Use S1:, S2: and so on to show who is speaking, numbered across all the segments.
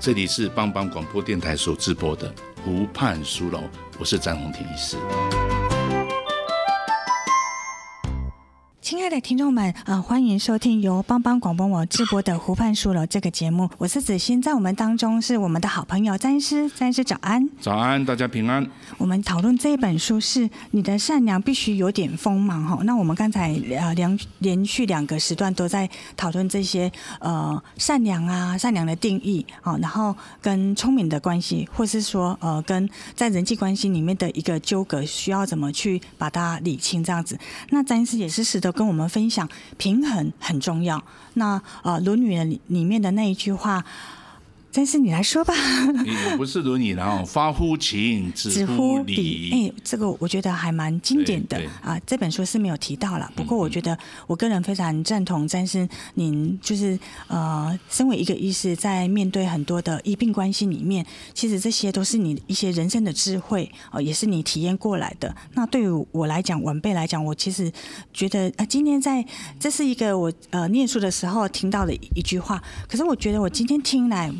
S1: 这里是帮帮广播电台所直播的《湖畔书楼》，我是张宏庭医师。
S2: 亲爱的听众们，呃，欢迎收听由帮帮广播网直播的《湖畔书楼》这个节目，我是子欣，在我们当中是我们的好朋友詹医师，詹医师早安。
S1: 早安，大家平 安。
S2: 我们讨论这一本书是《你的善良必须有点锋芒》哈。那我们刚才呃连连续两个时段都在讨论这些呃善良啊，善良的定义好，然后跟聪明的关系，或是说呃跟在人际关系里面的一个纠葛，需要怎么去把它理清这样子。那詹医师也是试着跟我们分享，平衡很重要。那呃《论语》里里面的那一句话，詹医师你来说吧。
S1: 我不是轮椅，然后发乎情，止
S2: 直
S1: 乎
S2: 乎
S1: 礼。
S2: 礼，哎、这个我觉得还蛮经典的
S1: 对嗯
S2: 啊。这本书是没有提到了，不过我觉得我个人非常赞同詹生您，就是呃，身为一个医师，在面对很多的医病关系里面，其实这些都是你一些人生的智慧，哦、也是你体验过来的。那对于我来讲，晚辈来讲，我其实觉得啊、呃今天在这是一个我呃念书的时候听到的一一句话，可是我觉得我今天听来。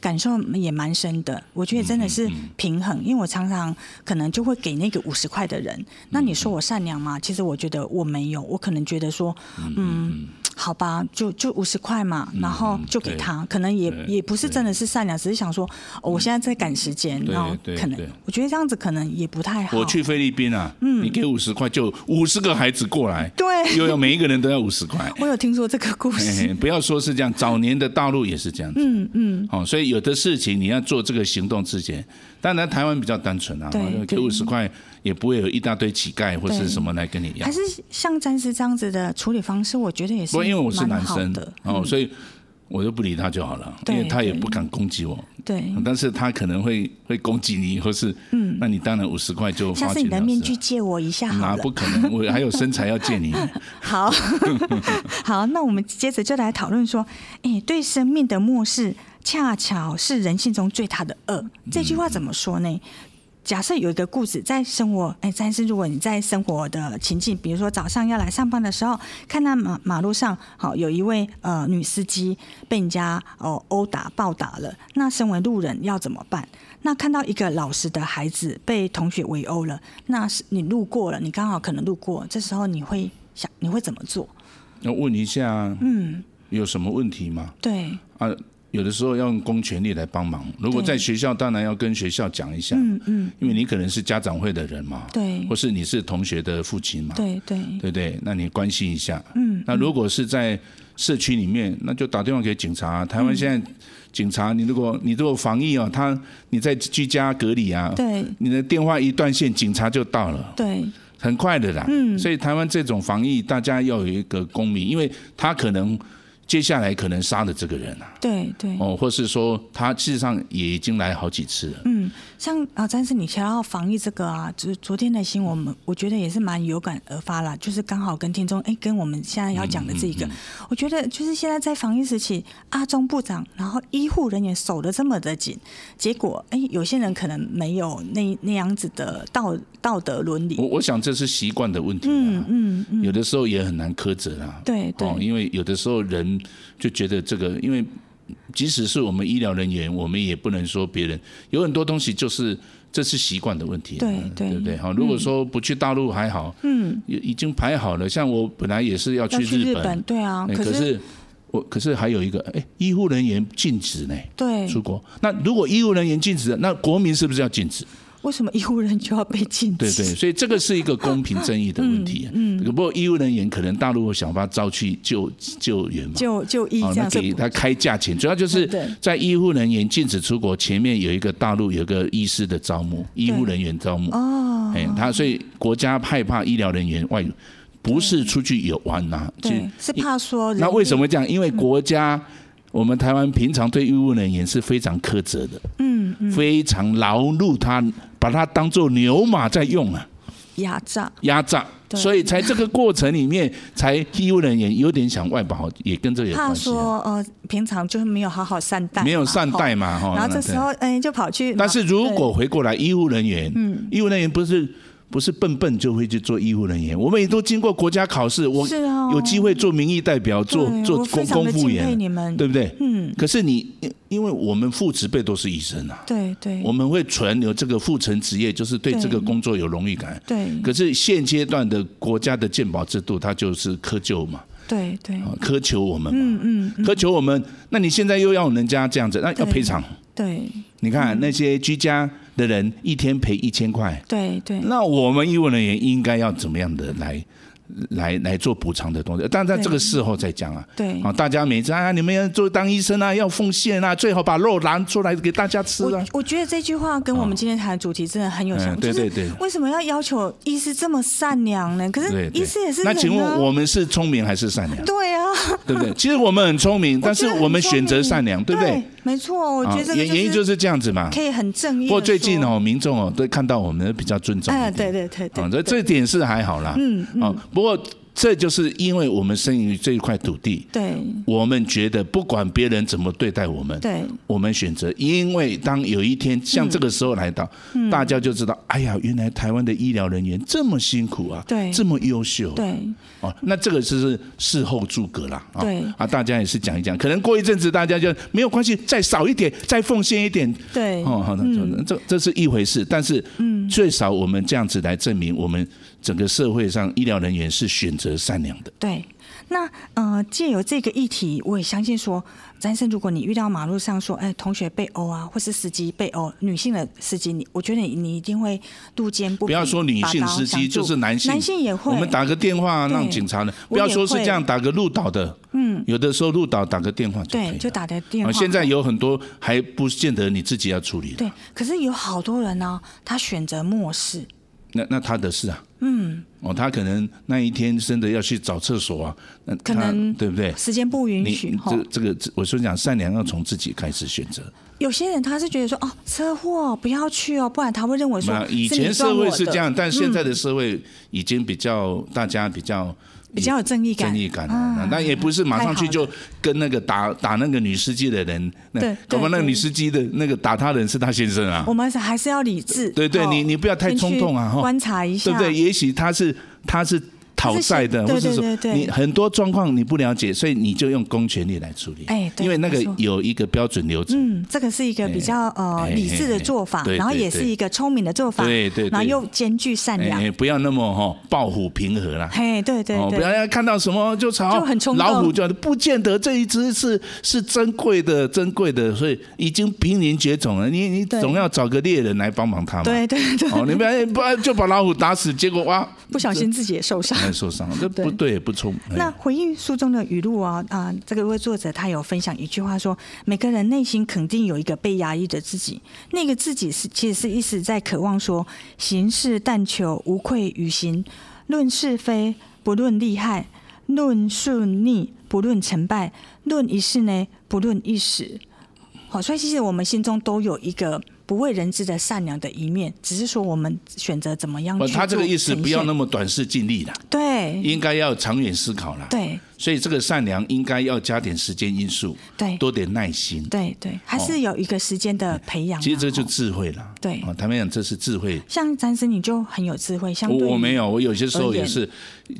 S2: 感受也蛮深的，我觉得真的
S1: 嗯
S2: 是平衡，因为我常常可能就会给那个五十块的
S1: 嗯
S2: 人。那你说我善良吗？其实我觉得我没有，我可能觉得说，嗯，好吧，就就五十块嘛，然后就给他，可能也
S1: 嗯对嗯
S2: 也不是真的是善良，只是想说，哦我现在在赶时间，
S1: 对
S2: 然后
S1: 对
S2: 可能
S1: 对
S2: 我觉得这样子可能也不太好。嗯
S1: 我去菲律宾啊，你给五十块，就五十个孩子过来，
S2: 对
S1: 又要每一个人都要五十块。
S2: 我有听说这个故
S1: 嘿
S2: 事，
S1: 嘿，不要说是这样，早年的大陆也是这样子。嗯嗯。哦，所以有的事情你要做这个行动之前，当然台湾比较单纯啊
S2: 对，
S1: 给
S2: 对
S1: 五十块也不会有一大堆乞丐或是什么来跟你要
S2: 还。是像詹师这样子的处理方式，我觉得也是
S1: 不过因为我是
S2: 蛮
S1: 男
S2: 好
S1: 生
S2: 的，嗯
S1: 哦，所以我就不理他就好了，因
S2: 对
S1: 为他也
S2: 对
S1: 不敢攻击我，哦
S2: 对。
S1: 但是他可能会会攻击你，或是嗯，那你当然五十块就
S2: 下
S1: 花
S2: 次
S1: 钱
S2: 你
S1: 了
S2: 的
S1: 事
S2: 面
S1: 啊
S2: 具借我一下好
S1: 哪
S2: 了
S1: 不。可能？我还有身材要借 你。
S2: 好，好，那我们接着就来讨论说，哎，对生命的漠视，恰巧是人性中最大的恶。这句话怎么说呢？假设有一个故事，在生活，哎，但是如果你在生活的情境，比如说早上要来上班的时候，看到马马路上好有一位呃女司机被人家哦殴打暴打了，那身为路人要怎么办？那看到一个老实的孩子被同学围殴了，那是你路过了，你刚好可能路过，这时候你会想你会怎么做？
S1: 要问一下，嗯，有什么问题吗？
S2: 对，
S1: 啊，有的时候要用公权力来帮忙。如果
S2: 对
S1: 在学校，当然要跟学校讲一下，
S2: 嗯嗯，
S1: 因为你可能是家长会的人嘛，
S2: 对
S1: 或是你是同学的父亲嘛，
S2: 对对
S1: 对不对？那你关心一下，嗯。那如果是在社区里面，那就打电话给警察啊。台湾现在警察，你如果你如果防疫哦，他你在居家隔离啊，
S2: 对
S1: 你的电话一断线，警察就到了。
S2: 对
S1: 很快的啦。嗯，所以台湾这种防疫，大家要有一个公民，因为他可能接下来可能杀了这个人啊，
S2: 对对，
S1: 哦，或是说他事实上也已经来好几次了。
S2: 嗯，像啊，但是你提到防疫这个啊，昨昨天的新闻，我
S1: 嗯
S2: 们我觉得也是蛮有感而发啦，就是刚好跟听众哎，跟我们现在要讲的这一个，
S1: 嗯
S2: 我觉得就是现在在防疫时期，阿中部长，然后医护人员守得这么的紧，结果哎，有些人可能没有那那样子的道道德伦
S1: 我
S2: 理，
S1: 我想这是习惯的问题
S2: 嗯
S1: 啊，
S2: 嗯嗯，
S1: 有的时候也很难苛责啊。
S2: 对对
S1: 哦，因为有的时候人就觉得这个，因为即使是我们医疗人员，我们也不能说别人有很多东西就是这是习惯的问题啊，
S2: 对对
S1: 对不对？好，如果说不去大陆还好，嗯，已经排好了。像我本来也是要
S2: 要
S1: 去
S2: 去
S1: 日
S2: 日
S1: 本，
S2: 本，对啊，
S1: 哎
S2: 可
S1: 可是我可是还有一个，哎，医护人员禁止呢
S2: 对，
S1: 出国。那如果医护人员禁止，那国民是不是要禁止？
S2: 为什么医护人就要被禁
S1: 对
S2: 止？
S1: 对，所以这个是一个公平正义的问题。嗯，不过医护人员可能大陆想把他招去救救援嘛。
S2: 就就医
S1: 哦
S2: 这，
S1: 那
S2: 样是
S1: 给他开价钱，主要就是
S2: 对
S1: 在医护人员禁止出国前面有一个大陆有一个医师的招募，医护人员招募。
S2: 哦，
S1: 哎，他所以国家害怕医疗人员外不是出去游玩呐、啊其实
S2: 对，是怕说人
S1: 那为什么这样？因为国家，
S2: 嗯
S1: 我们台湾平常对医务人员是非常苛责的，
S2: 嗯嗯
S1: 非常劳碌他，把他当做牛马在用啊，
S2: 压榨？
S1: 压榨。
S2: 对
S1: 所以才这个过程里面，才医务人员有点想外保，也跟这有
S2: 怕
S1: 关系、啊，
S2: 说呃，平常就是没有好好善待嘛，
S1: 没有善待
S2: 吼。
S1: 嘛，哈。
S2: 然后这
S1: 对
S2: 时候，哎，就跑去。
S1: 但是如果回过来，医务人员，
S2: 嗯
S1: 医务人员不是不是笨笨就会去做医务人员，我们也都经过国家考试，我
S2: 是哦
S1: 有机会做民意代表，做
S2: 对
S1: 做
S2: 我非
S1: 公
S2: 常地
S1: 公务
S2: 敬佩
S1: 员，
S2: 你们
S1: 对不对？
S2: 嗯，
S1: 可是你因因为我们父职辈都是医生啊，
S2: 对对，
S1: 我们会存有这个父承职业，就是对
S2: 对
S1: 这个工作有荣誉感。
S2: 对
S1: 可是现阶段的国家的健保制度，它就是苛求嘛，
S2: 对对，
S1: 啊苛求我们嘛，
S2: 嗯嗯，
S1: 苛求我们。那你现在又要人家这样子，那要
S2: 对
S1: 赔偿。
S2: 对
S1: 你看啊那些居家的人一天赔一千块，
S2: 对对
S1: 那我们医务人员应该要怎么样的来来来做补偿的东西？但在这个事后再讲啊。
S2: 对
S1: 啊，。大家每次啊，你们要做当医生啊，要奉献啊，最好把肉拿出来给大家吃啊
S2: 我。我觉得这句话跟我们今天谈的主题真的很有相
S1: 嗯
S2: 关。
S1: 对对
S2: 就是
S1: 对
S2: 为什么要要求医师这么善良呢？可
S1: 对
S2: 是
S1: 对
S2: 医师也是人、啊、
S1: 那请问我们是聪明还是善 良？
S2: 对啊，
S1: 对不对？其实我们很聪明，但是
S2: 觉得很
S1: 我们
S2: 聪
S1: 选择
S2: 明
S1: 善良，对不啊对？？
S2: 没错，我觉得这个
S1: 原原因就是是这样子嘛。
S2: 可以很正义。
S1: 不过最近，哦，民众哦都看到我们比较尊重一
S2: 哎，
S1: 点。
S2: 对对对
S1: 啊
S2: 对，，
S1: 这这点是还好啦。
S2: 嗯嗯
S1: 啊，不过这就是因为我们生于这一块土地，
S2: 对
S1: 我们觉得不管别人怎么对待我们，
S2: 对
S1: 我们选择，因为当有一天像这个时候来到，
S2: 嗯
S1: 大家就知道，哎呀，原来台湾的医疗人员这么辛苦啊，
S2: 对
S1: 这么优秀、啊，
S2: 对
S1: 哦，那这个是事后诸葛啦，啊
S2: 对
S1: 啊，大家也是讲一讲，可能过一阵子大家就没有关系，再少一点，再奉献一点，
S2: 对，嗯
S1: 哦，好的，这这这是一回事，但是最少我们这样子来证明，我们整个社会上医疗人员是选择善良的，
S2: 对，那呃，借由这个议题，我也相信说，詹生，如果你遇到马路上说，哎，同学被殴啊，或是司机被殴，女性的司机，你我觉得你你一定会路见不
S1: 不
S2: 平
S1: 要说女性司机，就是男性，
S2: 男性也会，
S1: 我们打个电话
S2: 对
S1: 让警察呢，不
S2: 我也
S1: 要
S2: 会
S1: 说是这样打个入岛的，嗯，有的时候入岛打个电话就可以
S2: 对，
S1: 了
S2: 就打的电话。
S1: 啊现在有很多还不见得你自己要处理的，
S2: 对，可是有好多人呢、他选择漠视，
S1: 那那他的事啊，嗯，哦，他可能那一天真的要去找厕所啊，那
S2: 可
S1: 他
S2: 能
S1: 对不对？
S2: 时间不允
S1: 你
S2: 许哈。
S1: 这这个，这我说讲善良要从自己开始选择。
S2: 有些人他是觉得说，哦，车祸不要去哦，不然他会认为说
S1: 那，以
S2: 是你
S1: 前
S2: 撞
S1: 社会
S2: 我
S1: 是
S2: 的嗯
S1: 这样，但现在的社会已经比较大家比较
S2: 比较有正义感啊
S1: 正义感了。那也不是马上去就跟那个打打那个女司机的人，那
S2: 对
S1: 搞不好
S2: 对
S1: 那个
S2: 对
S1: 女司机的那个打他的人是他先生啊
S2: 我，们还是要理智。
S1: 对对
S2: 哦
S1: 你你不要太
S2: 先去
S1: 冲动啊哈
S2: 观察一下，
S1: 对不对？也许他是他是。讨债的，
S2: 他
S1: 或
S2: 是
S1: 者
S2: 对对
S1: 说
S2: 对对
S1: 你很多状况你不了解，所以你就用公权力来处理。
S2: 哎对
S1: 因为那个
S2: 没错
S1: 有一个标准流程，
S2: 嗯，这个是一个比较呃
S1: 哎
S2: 理智的做法
S1: 哎哎，对
S2: 然后
S1: 对
S2: 也
S1: 对
S2: 是一个聪明的做法，
S1: 对对对
S2: 然后又兼具善良，
S1: 哎，不要那么哈暴虎平和啦。
S2: 嘿，对对
S1: 哦，不要
S2: 对，
S1: 要看到什么就吵，
S2: 就很冲动
S1: 老虎就不见得这一只是是珍贵的，珍贵的，所以已经濒临绝种了。你你
S2: 对
S1: 总要找个猎人来帮忙它嘛。，
S2: 对对对，
S1: 哦，你不要不然就把老虎打死，结果哇，
S2: 不小心自己也 受伤。
S1: 还受伤了，这
S2: 对
S1: 不对，不冲。哎
S2: 那回应书中的语录啊啊、这个位作者他有分享一句话说，每个人内心肯定有一个被压抑的自己，那个自己是其实是一直在渴望说，行事但求无愧于心，论是非不论利害，论顺逆不论成败，论一事呢不论一时。好，所以其实我们心中都有一个不为人知的善良的一面，只是说我们选择怎么样
S1: 不
S2: 去
S1: 哦他这个
S2: 做
S1: 意思
S2: 呈
S1: 不要
S2: 现
S1: 那么短视尽力啦，
S2: 对
S1: 应该要长远思考啦。，
S2: 对
S1: 所以这个善良应该要加点时间因素，
S2: 对
S1: 多点耐心。
S2: 对对，还是有一个时间的培养啊、
S1: 其实这就
S2: 哦
S1: 智慧啦。
S2: 对
S1: 哦，坦白讲，这是智慧。
S2: 像詹森，你就很有智慧，相
S1: 我
S2: 对
S1: 我
S2: 于
S1: 没，有，我有些时候
S2: 而言
S1: 也是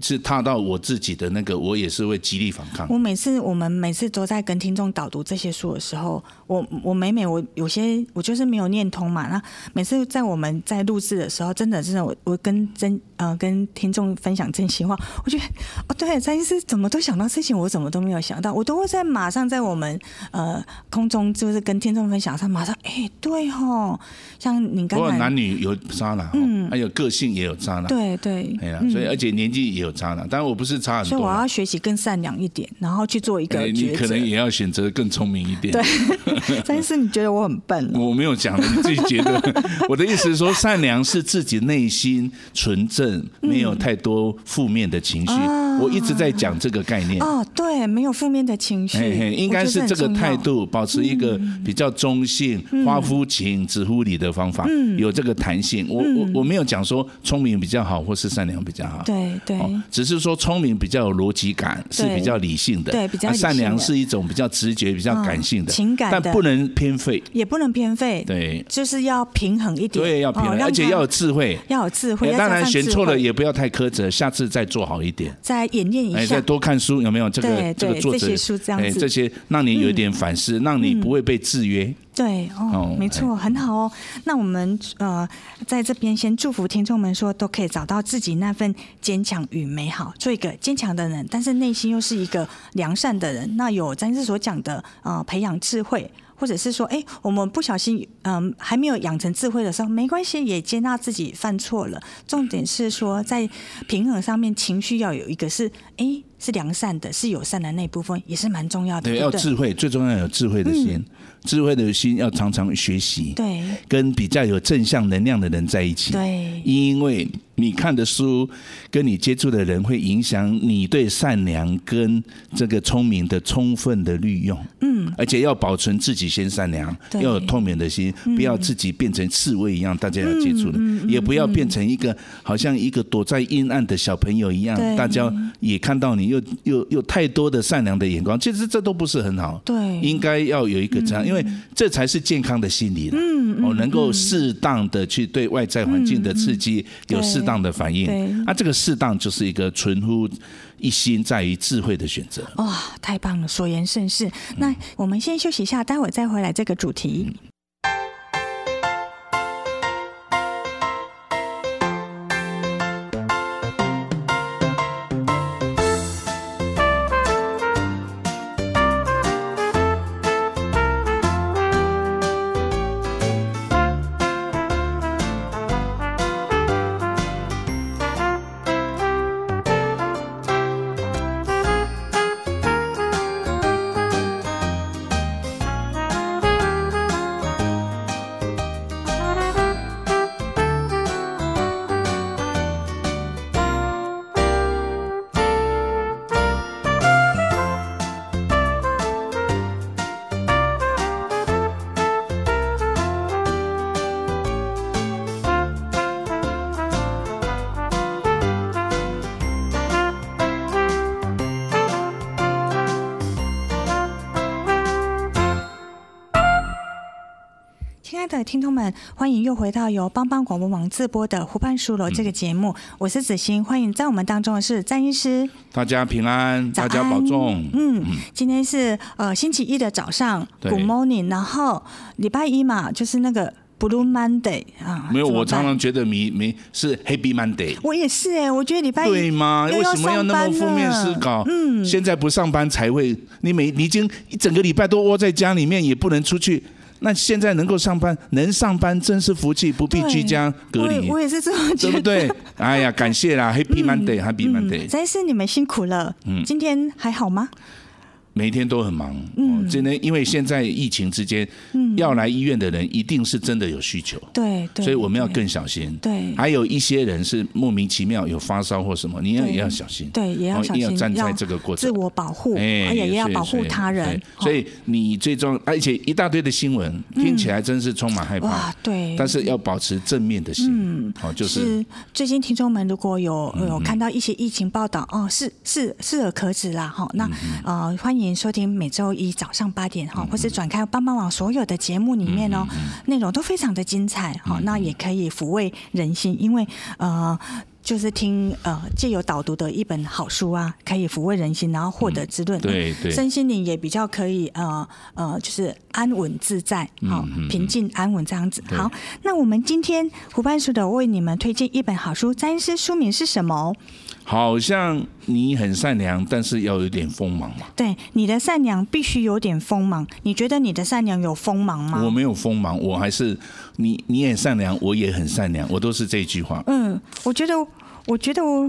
S1: 是踏到我自己的那个，我也是会极力反抗
S2: 我。每次我们每次都在跟听众导读这些书的时候，我我每每我有些我就是没有念通嘛，那每次在我们在录制的时候，真的真的我我跟真呃跟听众分享真心话，我觉得哦对，詹医师怎么都想到事情，我怎么都没有想到，我都会在马上在我们呃空中就是跟听众分享上，马上哎、对吼，像你
S1: 不
S2: 刚
S1: 过
S2: 才
S1: 男女有渣男，还有个性也有渣男，
S2: 嗯对对
S1: 哎呀，所以而且年纪也有渣男，当然我不是差很
S2: 所以
S1: 多
S2: 我要
S1: 啦，
S2: 学习更善良一点，然后去做一个
S1: 哎你
S2: 抉
S1: 可能
S2: 择。
S1: 也要选择更聪明一点。
S2: 对， 但是你觉得我很笨哦？
S1: 我没有讲的，你自己觉得。我的意思是说，善良是自己内心纯正，没有太多负面的情绪
S2: 嗯啊。
S1: 我一直在讲这个概念。
S2: 哦，对，没有负面的情
S1: 嗯
S2: 绪，
S1: 嘿嘿，应该是这个态度，保持一个
S2: 嗯
S1: 比较中性、花乎情、止乎礼的方法，
S2: 嗯
S1: 有这个弹性。我我我没有讲说聪明比较好，或是善良比较好
S2: 我，觉得嗯很重要。对对、
S1: 哦，只是说聪明比较有逻辑感，是
S2: 对
S1: 比较理性的；
S2: 对比较
S1: 啊
S2: 理性的
S1: 善良是一种比较直觉、比较感性的，
S2: 嗯情感的
S1: 但不能偏废。
S2: 也不能偏废，
S1: 对
S2: 就是要平衡一点，
S1: 对，要
S2: 哦
S1: 平衡，
S2: 让
S1: 而且
S2: 他
S1: 要有智慧。
S2: 要有智慧，
S1: 也
S2: 要
S1: 当
S2: 加
S1: 然
S2: 上
S1: 选
S2: 智
S1: 错了
S2: 慧
S1: 也不要太苛责，下次再做好一点。
S2: 再演练一
S1: 哎，
S2: 下
S1: 再，多看书有没有？这
S2: 对
S1: 个这个
S2: 对
S1: 作
S2: 这
S1: 者
S2: 些书这样
S1: 哎
S2: 子嗯
S1: 这些让你有一点反思，让你不会被制约。
S2: 对哦
S1: 哦，
S2: 没错，很好哦。那我们呃，在这边先祝福听众们说，都可以找到自己那份坚强与美好，做一个坚强的人，但是内心又是一个良善的人。那有詹士所讲的呃，培养智慧。或者是说，哎、我们不小心，嗯，还没有养成智慧的时候，没关系，也接纳自己犯错了。重点是说，在平衡上面，情绪要有一个是，哎、是良善的，是友善的那一部分，也是蛮重要的。
S1: 对，
S2: 对嗯
S1: 要
S2: 不对，
S1: 智慧，最重要有智慧的心，智慧的心要常常学习，
S2: 对
S1: 跟比较有正向能量的人在一起。
S2: 对
S1: 因为你看的书跟你接触的人会影响你对善良跟这个聪明的充分的利用。嗯，而且要保存自己先善良，
S2: 对
S1: 要有透明的心，不要自己变成刺猬一样，大家要接
S2: 嗯
S1: 触的，也不要变成一个好像一个躲在阴暗的小朋友一样
S2: 对，
S1: 大家也看到你又又又太多的善良的眼光，其实这都不是很好。
S2: 对
S1: 应该要有一个这样，
S2: 嗯
S1: 因为这才是健康的心理了。嗯，哦，能够适当的去对外在环境的刺激有适当的反应
S2: 嗯对。
S1: 那这个适当就是一个存乎一心在于智慧的选择。
S2: 哇、太棒了，所言甚
S1: 嗯
S2: 是。那我们先休息一下，待会儿再回来这个主
S1: 嗯
S2: 题。亲爱的听众们，欢迎又回到由帮帮广播网自播的《湖畔书楼》这个节目，
S1: 嗯
S2: 我是子欣。欢迎在我们当中的是詹医师，
S1: 大家平安，
S2: 早
S1: 大
S2: 安
S1: 家保重。
S2: 嗯，今天是呃星期一的早上
S1: 对
S2: ，Good morning。然后礼拜一嘛，就是那个 Blue Monday 啊。
S1: 没有，
S2: 怎么
S1: 我
S2: 办
S1: 常常觉得迷迷是 Happy Monday。
S2: 我也是哎、我觉得礼拜一
S1: 对吗？
S2: 又
S1: 为
S2: 要
S1: 什么要那么
S2: 上嗯
S1: 负
S2: 班
S1: 面
S2: 了
S1: 思考？
S2: 嗯，
S1: 现在不上班才会，你每你已经一整个礼拜都窝在家里面，也不能出去。那现在能够上班，能上班真是福气，不必
S2: 对
S1: 居家隔
S2: 我
S1: 离
S2: 也我，也是这么
S1: 对
S2: 觉得。
S1: 不对？ 哎呀，感谢啦，Happy Monday，Happy
S2: 嗯，
S1: Monday，
S2: 詹医师你们辛苦了。
S1: 嗯
S2: 今天还好吗？
S1: 每天都很忙。嗯，今天因为现在疫情之间，要来医院的人一定是真的有需求，
S2: 对对，
S1: 所以我们要更小心。
S2: 对
S1: 还有一些人是莫名其妙有发烧或什么，你要
S2: 对
S1: 也要小心。
S2: 对也要
S1: 哦
S2: 小
S1: 一定
S2: 心，
S1: 站在这个过程
S2: 自。我保护，
S1: 哎，
S2: 而且也要
S1: 所以
S2: 保护他人。哦
S1: 所以对所以你最终，而且一大堆的新闻听起来真是充满害
S2: 哦哇
S1: 怕，，
S2: 对，
S1: 啊
S2: 嗯
S1: 但是要保持正面的心，好，就是
S2: 是最近听众们如果有
S1: 嗯
S2: 有看到一些疫情报道，哦，是是适可而止啦，哈、
S1: 嗯
S2: 那呃，欢迎收听每周一早上八点哈、或是转开帮帮网所有的节目里面哦，
S1: 嗯
S2: 内容都非常的精彩，哈、那也可以抚慰人心，因为呃。就是听呃借由导读的一本好书啊，可以抚慰人心，然后获
S1: 嗯
S2: 得滋润、
S1: 对对
S2: 身心灵也比较可以呃呃，就是安稳自在，
S1: 嗯
S2: 好、平静安稳这样子。好，那我们今天胡班叔的为你们推荐一本好书，詹医师书名是什么？哦
S1: 好像你很善良，但是要有点锋芒嘛。
S2: 对，你的善良必须有点锋芒。你觉得你的善良有锋芒吗？
S1: 我没有锋芒，我还是你，你也善良，我也很善良，我都是这句话。
S2: 嗯，我觉得，我觉得我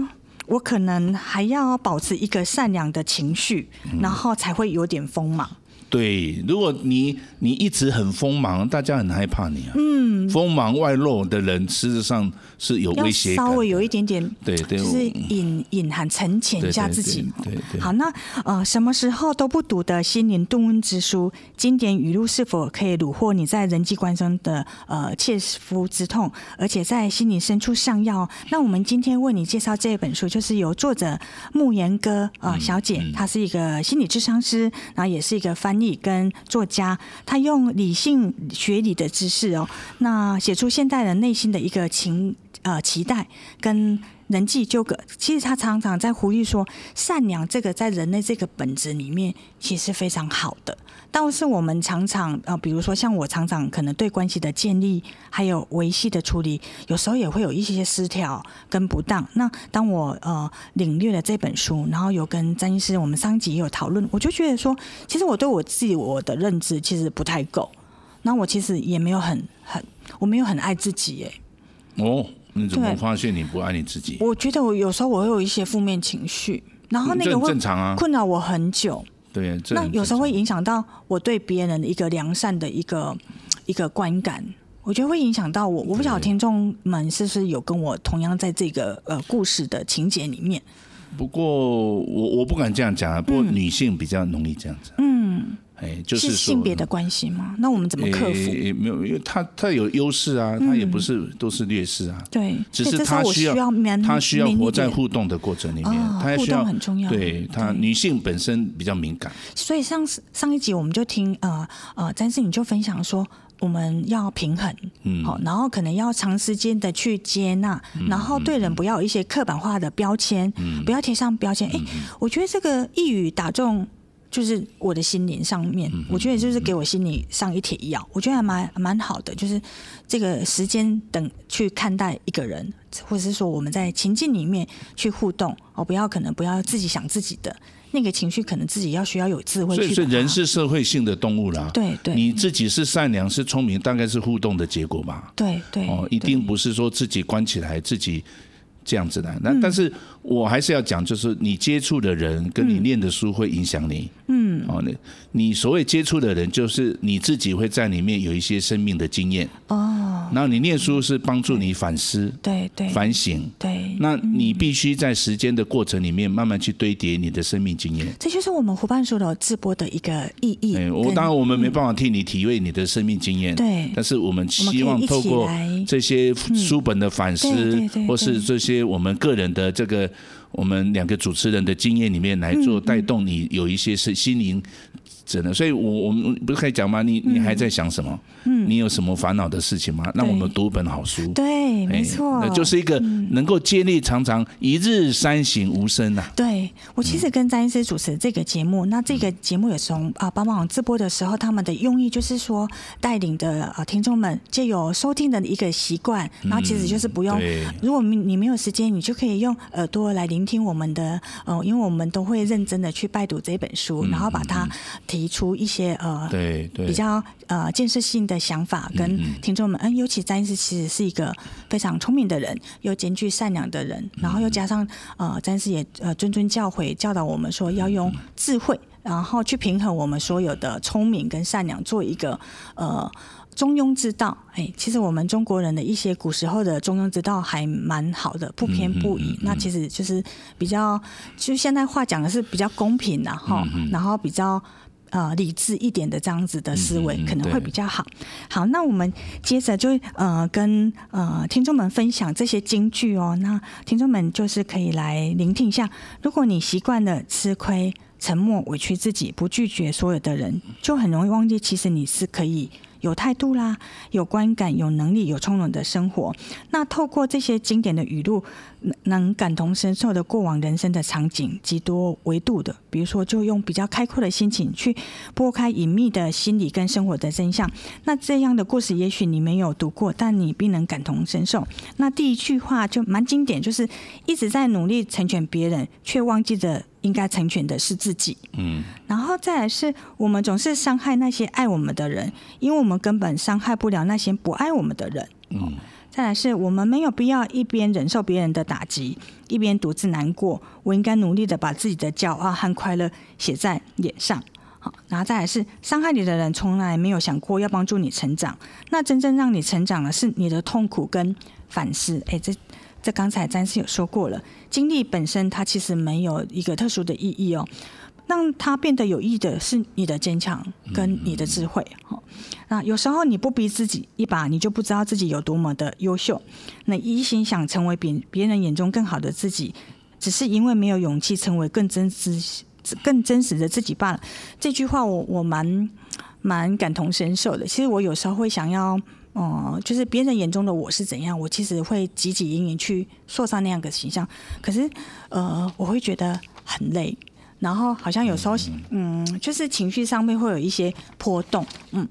S2: 我
S1: 嗯
S2: 可能还要保持一个善良的情绪，然后才会有点锋芒。
S1: 对，如果你你一直很锋芒，大家很害怕你啊。嗯，锋芒外露的人，事实上是有
S2: 要
S1: 威胁感
S2: 稍
S1: 的。
S2: 微有一点点，
S1: 对对
S2: 就是隐隐含沉潜一下
S1: 对对
S2: 自己嘛
S1: 对对对
S2: 好，那呃，什么时候都不读的心灵顿悟之书，经典语录是否可以虏获你在人际关系中的呃切肤之痛，而且在心灵深处上药？那我们今天为你介绍这本书，就是由作者慕言哥呃小姐，她是一个心理智商师，然后也是一个翻译跟作家，她用理性学理的知识哦，那写出现代人内心的一个情呃期待跟人际纠葛。其实他常常在呼吁说，善良这个在人类这个本质里面其实非常好的，但是我们常常呃，比如说像我常常可能对关系的建立还有维系的处理，有时候也会有一些失调跟不当。那当我呃领略了这本书，然后有跟詹医师我们上一集也有讨论，我就觉得说，其实我对我自己我的认知其实不太够。那我其实也没有很很，我没有很爱自己耶。
S1: 哦，你怎么
S2: 对
S1: 发现你不爱你自己？
S2: 我觉得我有时候我会有一些负面情绪，然后
S1: 嗯
S2: 那
S1: 这
S2: 个
S1: 很
S2: 会
S1: 正常啊
S2: 困扰我很久。
S1: 对，这
S2: 那
S1: 很
S2: 有时候
S1: 正
S2: 会影响到我对别人的一个良善的一个一个观感。我觉得会影响到我，我不晓得
S1: 对
S2: 听众们是不是有跟我同样在这个呃故事的情节里面，
S1: 常不过我我不敢这样
S2: 嗯
S1: 讲啊，不过女性比较容易这样子。嗯，哎，就是说
S2: 性别的关系吗？那我们怎么克服？嗯
S1: 也没有，因为她她有优势啊，她也不是都是劣势啊。
S2: 对，
S1: 只
S2: 所以
S1: 是
S2: 这时候
S1: 她
S2: 我需
S1: 要
S2: 蛮
S1: 她需要
S2: 蛮一
S1: 活在
S2: 点
S1: 互动的过程里面
S2: 哦，
S1: 她
S2: 互
S1: 需
S2: 动
S1: 要
S2: 很重要
S1: 对她
S2: 对
S1: 女性本身比较敏感，
S2: 所以上次上一集我们就听呃呃，詹士你就分享说我们要平衡，
S1: 嗯
S2: 好，然后可能要长时间的去接纳，然后对人不要有一些刻板化的标签，不要贴上标签。哎、我觉得这个一语打中。就是我的心灵上面，
S1: 嗯
S2: 我觉得就是给我心里上一帖药，我觉得还蛮蛮好的。就是这个时间等去看待一个人，或者是说我们在情境里面去互动哦，不要可能不要自己想自己的那个情绪，可能自己要需要有智慧
S1: 所
S2: 去把
S1: 以
S2: 它。
S1: 所以人是社会性的动物啦。
S2: 对对
S1: 你自己是善良是聪明，大概是互动的结果吧。
S2: 对对
S1: 哦，一定不是说自己关起来自己这样子的。那但是我还是要讲，就是你接触的人跟你念的书会影响你。嗯，哦，你你所谓接触的人，就是你自己会在里面有一些生命的经验。哦，然后你念书是帮助你反思、
S2: 对对
S1: 反省。
S2: 对，
S1: 那你必须在时间的过程里面慢慢去堆叠你的生命经验。
S2: 这就是我们湖畔书楼直播的一个意义
S1: 哎，
S2: 跟。嗯
S1: 我当然我们没办法替你体会你的生命经验，
S2: 对
S1: 但是我们希望透
S2: 我
S1: 过
S2: 们可以一起来嗯
S1: 这些书本的反思，
S2: 对对对
S1: 或是这些我们个人的这个我们两个主持人的经验里面来做带动你有一些是心灵。真的，所以我我们不是可以讲吗？你你还在想什么？嗯，你有什么烦恼的事情吗？那我们读本好书，
S2: 对，
S1: 哎，
S2: 没错，嗯
S1: 那就是一个能够建立常常一日三省吾身呐、
S2: 对我其实跟詹医师主持这个节目，那这个节目有时候啊，帮忙直播的时候，他们的用意就是说，带领的啊听众们借由收听的一个习惯，然后其实就是不
S1: 嗯
S2: 用，
S1: 对
S2: 如果你你没有时间，你就可以用耳朵来聆听我们的，呃，因为我们都会认真的去拜读这本书，然后把它提出一些呃
S1: 对对，
S2: 比较呃建设性的想法跟听众们，嗯，尤其詹医师其实是一个非常聪明的人，又兼具善良的人，然后又加上呃詹医师也呃谆谆教诲教导我们说要用智慧，然后去平衡我们所有的聪明跟善良，做一个呃。中庸之道，哎、其实我们中国人的一些古时候的中庸之道还蛮好的，不偏不倚。那其实就是比较，就现在话讲的是比较公平的、哈、然后比较呃理智一点的这样子的思维、
S1: 嗯嗯嗯
S2: 可能
S1: 对
S2: 会比较好。好，那我们接着就呃跟呃听众们分享这些金句哦。那听众们就是可以来聆听一下。如果你习惯了吃亏、沉默、委屈自己，不拒绝所有的人，就很容易忘记其实你是可以。有态度啦，有观感，有能力，有从容的生活。那透过这些经典的语录，能能感同身受的过往人生的场景，极多维度的。比如说，就用比较开阔的心情去拨开隐秘的心理跟生活的真相。那这样的故事，也许你没有读过，但你必能感同身受。那第一句话就蛮经典，就是一直在努力成全别人，却忘记着应该成全的是自己。
S1: 嗯，
S2: 然后再来是我们总是伤害那些爱我们的人，因为我们根本伤害不了那些不爱我们的人。
S1: 嗯，
S2: 再来是我们没有必要一边忍受别人的打击，一边独自难过。我应该努力的把自己的骄傲和快乐写在脸上。好，然后再来是伤害你的人从来没有想过要帮助你成长，那真正让你成长的是你的痛苦跟反思。哎，这这刚才詹士有说过了，经历本身它其实没有一个特殊的意义哦，让它变得有意义的是你的坚强跟你的智慧。好，那有时候你不逼自己一把，你就不知道自己有多么的优秀。那一心想成为别别人眼中更好的自己，只是因为没有勇气成为更真实、更真实的自己罢了。这句话我我蛮蛮感同身受的。其实我有时候会想要，哦、就是别人眼中的我是怎样，我其实会汲汲营营去塑造那样的形象。可是，呃，我会觉得很累，然后好像有时候，嗯，就是情绪上面会有一些波动，嗯。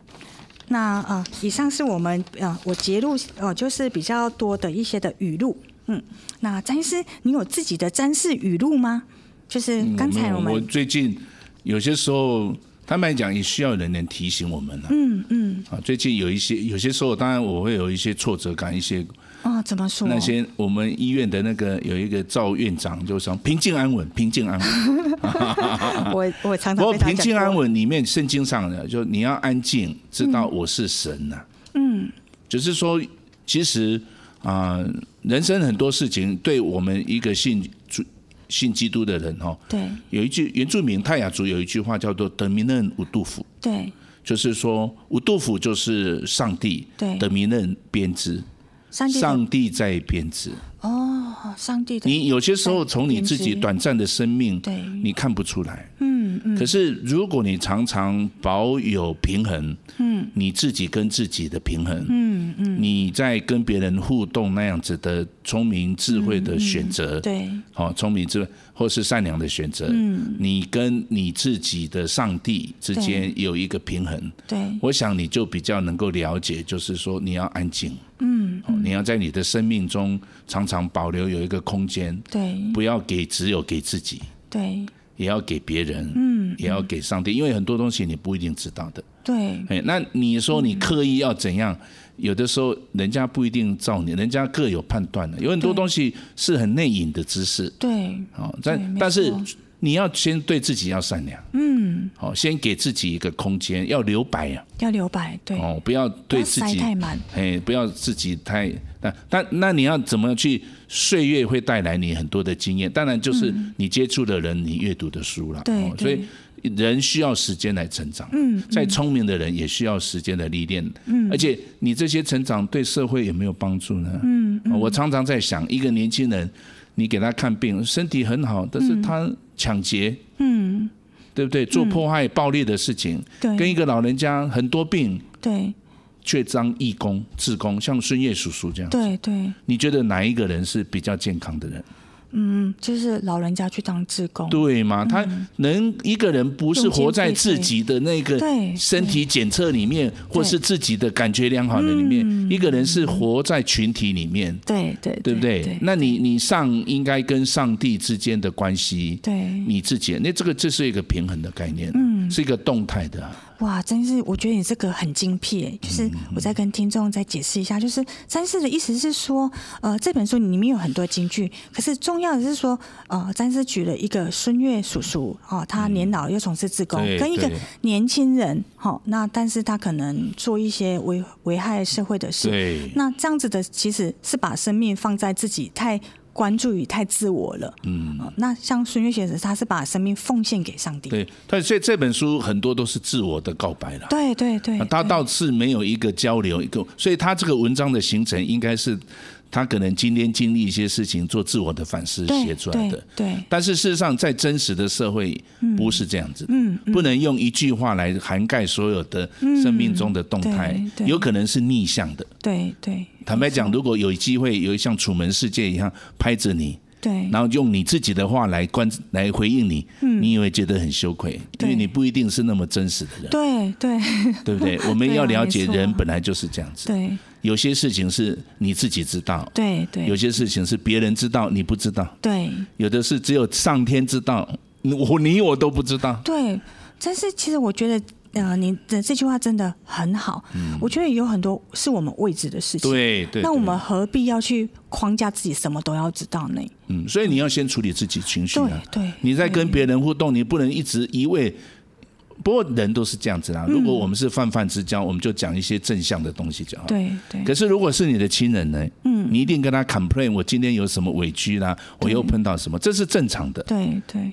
S2: 那呃，以上是我们呃，我截录呃，就是比较多的一些的语录，嗯。那詹医师，你有自己的詹氏语录吗？就是刚才嗯我
S1: 嗯我
S2: 们、
S1: 我最近有些时候，坦白讲，也需要人能提醒我们了、
S2: 嗯嗯，
S1: 啊。最近有一些，有些时候，当然我会有一些挫折感，一些
S2: 哦，怎么说？
S1: 那些我们医院的那个有一个赵院长就说平静安稳，平静安稳。
S2: 哦我我
S1: 啊
S2: 常常
S1: 不过
S2: 被 他
S1: 平
S2: 讲
S1: 静安
S2: 过，
S1: 稳里面圣经上的，就你要安静，知道我是神呐、嗯，就是说，其实啊、人生很多事情，对我们一个信主信基督的人哦，
S2: 对
S1: 有一句原住民泰雅族有一句话叫做德米嫩无杜甫，
S2: 对
S1: 就是说无杜甫就是上帝，
S2: 对
S1: 德米嫩编织，
S2: 上帝的
S1: 上帝在编织。
S2: 哦，上帝的
S1: 你有些时候从你自己短暂的生命，
S2: 对
S1: 你看不出来。嗯嗯。可是如果你常常保有平衡，嗯，你自己跟自己的平衡，嗯嗯，你在跟别人互动那样子的聪明智慧的选择，
S2: 对
S1: 好，聪明智慧或是善良的选择，嗯，你跟你自己的上帝之间有一个平衡，
S2: 对
S1: 我想你就比较能够了解，就是说你要安静，嗯，你要在你的生命中常常保留有一个空间，
S2: 对
S1: 不要给只有给自己，
S2: 对
S1: 也要给别人，嗯，也要给上帝，因为很多东西你不一定知道的，
S2: 对
S1: 哎，那你说你刻意要怎样？有的时候人家不一定照你，人家各有判断的，有很多东西是很内隐的知识，
S2: 对
S1: 好，
S2: 对
S1: 哦但
S2: 没
S1: 但是
S2: 错
S1: 你要先对自己要善良，嗯，好，先给自己一个空间，要留白啊，
S2: 要留白，对，
S1: 哦，不要对自
S2: 不要
S1: 己
S2: 塞太满，
S1: 哎，不要自己太那但那你要怎么去？岁月会带来你很多的经验，当然就是你接触的人，你阅读的书啦。
S2: 对
S1: 哦所以
S2: 对
S1: 人需要时间来成长。嗯，再聪明的人也需要时间的历练。嗯，而且你这些成长对社会有没有帮助呢？嗯，我常常在想，一个年轻人，你给他看病，身体很好，但是他抢劫，嗯，对不对？做迫害、暴力的事情，
S2: 对
S1: 跟一个老人家很多病。
S2: 对
S1: 却当义工、志工，像孙叶叔叔这样，
S2: 对对，
S1: 你觉得哪一个人是比较健康的人？
S2: 嗯，就是老人家去当志工，
S1: 对吗？他能一个人不是活在自己的那个
S2: 对
S1: 身体检测里面，或是自己的感觉良好的里面，一个人是活在群体里面，
S2: 对对
S1: 对不对？那你你上应该跟上帝之间的关系，
S2: 对
S1: 你自己，那这个这是一个平衡的概念，嗯，是一个动态的啊。
S2: 哇，真是我觉得你这个很精辟耶，就是我再跟听众再解释一下，就是詹氏的意思是说，呃，这本书里面有很多金句，可是重要的是说，呃，詹氏举了一个孙悦叔叔哦，他年老又从事自工，
S1: 嗯对
S2: 跟一个
S1: 对
S2: 年轻人，好、那但是他可能做一些危危害社会的事，
S1: 对
S2: 那这样子的其实是把生命放在自己太关注于太自我了，嗯、那像孙悦先生，他是把生命奉献给上帝，
S1: 对，但这这本书很多都是自我的告白了。
S2: 对对对
S1: 啊，他倒是没有一个交流，一个，所以他这个文章的形成应该是他可能今天经历一些事情，做自我的反思
S2: 对
S1: 写出来的。
S2: 对对
S1: 但是事实上，在真实的社会不是这样子的，
S2: 嗯
S1: 不能用一句话来涵盖所有的生命中的动态
S2: 嗯，对对
S1: 有可能是逆向的。
S2: 对对
S1: 坦白讲，如果有机会有像《楚门世界》一样拍着你，
S2: 对，
S1: 然后用你自己的话来关来回应你，你也会觉得很羞愧，因
S2: 嗯对
S1: 为你不一定是那么真实的人，
S2: 对对
S1: 对不对？ 我们
S2: 对啊
S1: 要了解
S2: 没错啊
S1: 人本来就是这样子。
S2: 对
S1: 有些事情是你自己知道，
S2: 对
S1: 有
S2: 对
S1: 些事情是别人知道你不知道，
S2: 对
S1: 有的是只有上天知道，你我你我都不知道。
S2: 对，但是其实我觉得。呃，你的这句话真的很好，我觉得有很多是我们未知的事
S1: 嗯
S2: 情。
S1: 对对，
S2: 那我
S1: 对
S2: 们何必要去框架自己什么都要知道呢？
S1: 嗯，所以你要先处理自己情绪啊。
S2: 对对
S1: 你在跟别人互动，你不能一直一味不过人都是这样子
S2: 嗯
S1: 啦。如果我们是泛泛之交，我们就讲一些正向的东西就好。。
S2: 对对
S1: 可是如果是你的亲人呢？嗯，你一定跟他 complain，我今天有什么委屈啦，我又碰到什么，这是正常的，
S2: 对对，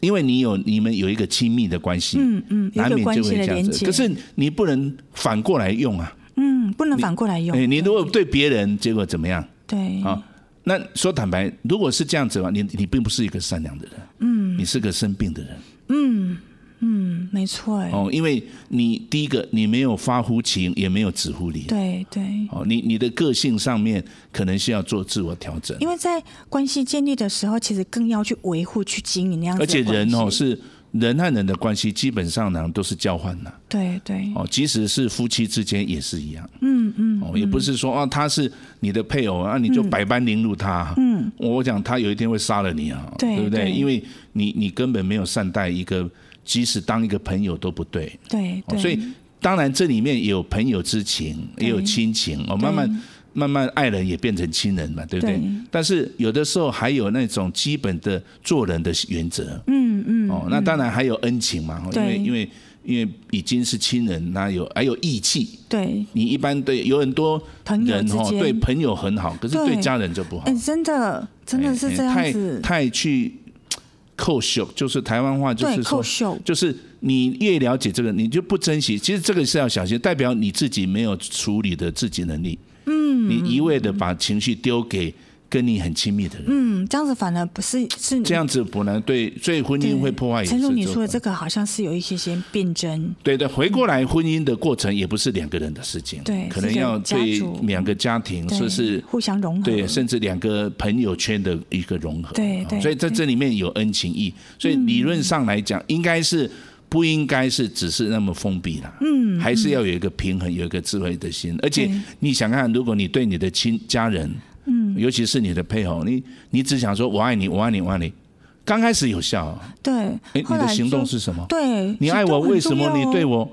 S1: 因为你有你们有一个亲密的关系，
S2: 嗯嗯，有
S1: 难
S2: 一个
S1: 免
S2: 关
S1: 就
S2: 系
S1: 会这
S2: 的
S1: 样
S2: 连
S1: 子。
S2: 接。
S1: 可是你不能反过来用啊！
S2: 嗯，不能反过来用。
S1: 哎，你如果对别人，结果怎么样？
S2: 对
S1: 啊，那说坦白，如果是这样子的话，你你并不是一个善良的人，嗯，你是个生病的人
S2: 嗯没错，哎
S1: 哦，因为你第一个你没有发乎情，也没有止乎礼，
S2: 对对。
S1: 哦，你你的个性上面可能需要做自我调整，
S2: 因为在关系建立的时候，其实更要去维护、去经营那样子
S1: 而
S2: 的
S1: 且
S2: 关系。
S1: 人哦是人和人的关系基本上呢都是交换的
S2: 对对
S1: 哦，即使是夫妻之间也是一样，嗯嗯，哦，也不是说啊他是你的配偶啊，你就百般凌辱他，嗯，我讲他有一天会杀了你啊，
S2: 对
S1: 对不对？
S2: 对
S1: 因为你你根本没有善待一个，即使当一个朋友都不对，
S2: 对
S1: 哦
S2: 对，
S1: 所以当然这里面也有朋友之情，也有亲情，哦，慢慢。慢慢，爱人也变成亲人嘛，对不对？
S2: 对
S1: 但是有的时候还有那种基本的做人的原则，嗯嗯，哦，那当然还有恩情嘛，哦因为
S2: 对
S1: 因为因为已经是亲人，那有还有义气。
S2: 对，
S1: 你一般对有很多
S2: 朋友
S1: 人
S2: 之
S1: 哦，
S2: 间
S1: 对朋友很好，可是对
S2: 对
S1: 家人就不好
S2: 哎，，真的真的
S1: 哦哎
S2: 是
S1: 哎
S2: 这样子，
S1: 太太去扣袖，就是台湾话就
S2: 对
S1: 是说
S2: 扣袖，
S1: 就是你越了解这个，你就不珍惜。其实这个是要小心，代表你自己没有处理的自己能力。嗯，你一味的把情绪丢给跟你很亲密的人，
S2: 嗯，这样子反而不是是你
S1: 这样子本来对对婚姻会破坏也是
S2: 陈
S1: 这
S2: 如
S1: 种。哦
S2: 你说的这个好像是有一些些辩证，
S1: 对对，回过来婚姻的过程也不是两个人的事情，
S2: 对
S1: 可能
S2: 是个
S1: 要
S2: 家
S1: 对
S2: 族
S1: 两个家庭，
S2: 对
S1: 说是
S2: 互相 融合，
S1: 对，甚至两个朋友圈的一个融合。哦
S2: 对对嗯
S1: 所以在这里面有恩情义，所以理论上来讲，应该是不应该是只是那么封闭啦？嗯，还是要有一个平衡，有一个智慧的心。而且你想看，如果你对你的亲家人，嗯，尤其是你的配偶，你你只想说我爱你，我爱你，我爱你，刚开始有效，
S2: 对
S1: 哎，，
S2: 后
S1: 你的
S2: 来
S1: 行动
S2: 就是
S1: 什么？
S2: 对，
S1: 你爱
S2: 行
S1: 我，
S2: 动很
S1: 为什么
S2: 重要
S1: 你
S2: 哦嗯
S1: 对我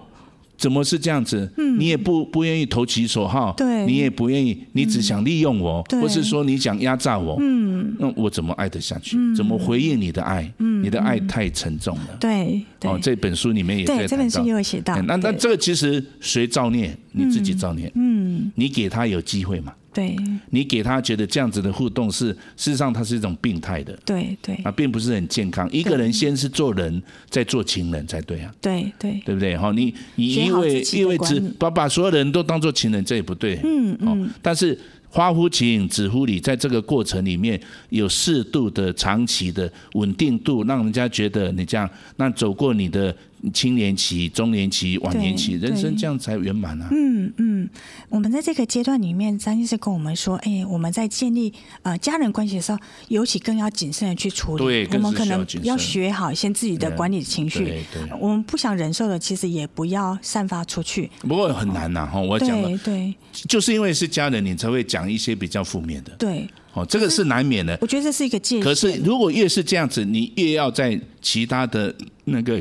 S1: 怎么是这样子？你也不不愿意投其所好，
S2: 对嗯
S1: 你也不愿意，你只想利用我，
S2: 对
S1: 或是说你想压榨我，嗯，那我怎么爱得下去？
S2: 嗯
S1: 怎么回应你的爱？你的爱太沉重了。
S2: 对嗯对、
S1: 哦，这本书里面也在
S2: 对，这本
S1: 谈
S2: 书
S1: 到
S2: 也。有写到
S1: 哎，那那
S2: 对
S1: 这个其实谁造孽？你自己造孽。嗯，你给他有机会嘛？
S2: 对
S1: 你给他觉得这样子的互动是，事实上它是一种病态的
S2: 对对
S1: 啊，并不是很健康。一个人先是做人，再做情人才对啊。
S2: 对对
S1: 对不对？哈，你你
S2: 学
S1: 因
S2: 好
S1: 为
S2: 自己的
S1: 因为
S2: 管
S1: 只
S2: 理
S1: 把把所有人都当做情人，这也不对。嗯嗯。但是花乎情，止乎礼，在这个过程里面有适度的、长期的稳定度，让人家觉得你这样，那走过你的青年期、中年期、晚年期，
S2: 对
S1: 人生
S2: 对
S1: 这样才圆满啊。
S2: 嗯嗯，我们在这个阶段里面，张医师跟我们说，哎，我们在建立呃家人关系的时候，尤其更要谨慎的去处理。
S1: 对
S2: 我
S1: 更
S2: 们
S1: 是
S2: 可
S1: 需要
S2: 能
S1: 谨
S2: 要
S1: 慎
S2: 学好先自己的管理情绪
S1: 对对，
S2: 我们不想忍受的，其实也不要散发出去。
S1: 不过很难呐、哈，我讲了，
S2: 对对
S1: 就是因为是家人，你才会讲一些比较负面的。
S2: 对，
S1: 哦，这
S2: 嗯
S1: 个是难免的。
S2: 我觉得这是一个界限，
S1: 可是如果越是这样子，你越要在其他的那个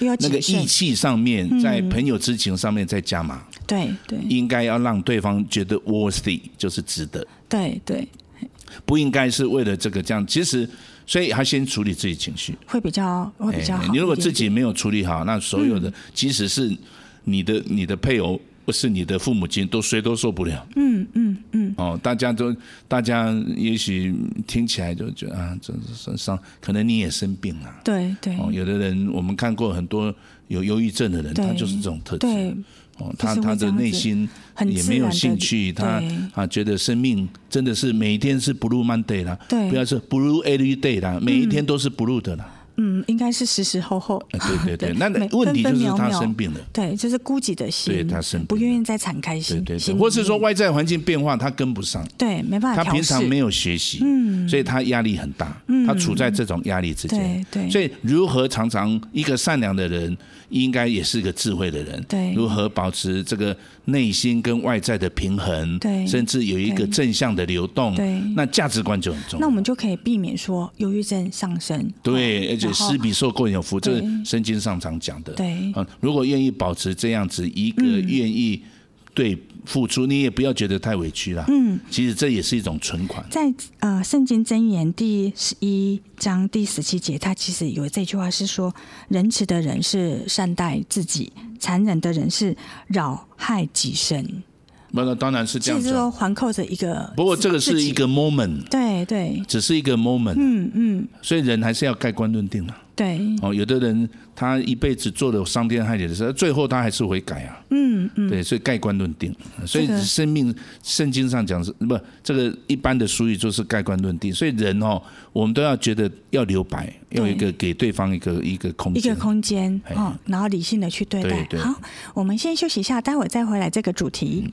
S2: 又要
S1: 那个
S2: 谨慎嗯
S1: 义。气上面，在朋友之情上面再加码，
S2: 对对
S1: 应该要让对方觉得 worthy，就是值得，
S2: 对对，
S1: 不应该是为了这个这样。其实，所以他先处理自己情绪。哎
S2: 会比较会比较好一点嗯点。
S1: 你如果自己没有处理好，那所有的，即使是你的你的配偶。或是你的父母亲都谁都受不了，嗯嗯嗯，哦，大家都，大家也许听起来就觉得啊，这这这伤，可能你也生病了、
S2: 对对
S1: 哦，有的人我们看过很多有忧郁症的人，
S2: 哎对
S1: 他就是这种特质。
S2: 对
S1: 哦，
S2: 就
S1: 他
S2: 是会
S1: 他
S2: 这
S1: 的
S2: 样
S1: 内
S2: 子
S1: 心
S2: 很
S1: 也
S2: 自
S1: 没有
S2: 然地
S1: 兴趣，他
S2: 对
S1: 啊觉得生命真的是每一天是 blue Monday 啦，
S2: 对
S1: 不要是 blue every day 啦，每一天都是 blue 的 啦。
S2: 嗯，应该是时时候候。
S1: 啊对对对，
S2: 对
S1: 那
S2: 每
S1: 问题
S2: 分
S1: 就
S2: 分
S1: 是
S2: 秒
S1: 他
S2: 秒
S1: 生病了，
S2: 对，就是孤寂的心，
S1: 对他生病
S2: 不愿意再敞开
S1: 对
S2: 心，
S1: 对对，
S2: 心
S1: 或是
S2: 里
S1: 说
S2: 面
S1: 外在环境变化他跟不上，
S2: 对没办法
S1: 他
S2: 调
S1: 平常
S2: 试嗯
S1: 没有学习，所以他压力很大，他处在这种压力之间，
S2: 对对
S1: 所以如何常常一个善良的人，应该也是个智慧的人，
S2: 对
S1: 如何保持这个内心跟外在的平衡，
S2: 对
S1: 甚至有一个
S2: 对
S1: 正向的流动，
S2: 对
S1: 那价值观就很重要。
S2: 那我们就可以避免说忧郁症上升。
S1: 对，而且
S2: 然后
S1: 施比受更有福，这
S2: 对
S1: 是圣经上常讲的。
S2: 对嗯
S1: 啊，如果愿意保持这样子一个愿意对付出，你也不要觉得太委屈啦。
S2: 嗯，
S1: 其实这也是一种存款。
S2: 在呃《圣经箴言》第十一章第十七节，它其实有这句话是说：仁慈的人是善待自己，残忍的人是扰害己身。
S1: 那那当然是这
S2: 其
S1: 样
S2: 实
S1: 子
S2: 都
S1: 啊。
S2: 环扣着一个，
S1: 不过这个
S2: 自
S1: 是
S2: 己
S1: 一个 moment，
S2: 对对，
S1: 只是一个 moment，
S2: 嗯嗯，
S1: 所以人还是要盖棺论定了。
S2: 对，
S1: 哦，有的人他一辈子做了伤天害理的事，最后他还是会改啊。
S2: 嗯嗯，
S1: 对，所以盖棺论定，所以
S2: 这个
S1: 生命圣经上讲是不这个一般的俗语就是盖棺论定，所以人哦，我们都要觉得要留白，要有一个给对方一个一个空
S2: 一
S1: 间
S2: 个。空间
S1: 哎
S2: 哦，然后理性的去对待
S1: 对对。
S2: 好，我们先休息一下，待会儿再回来这个主题。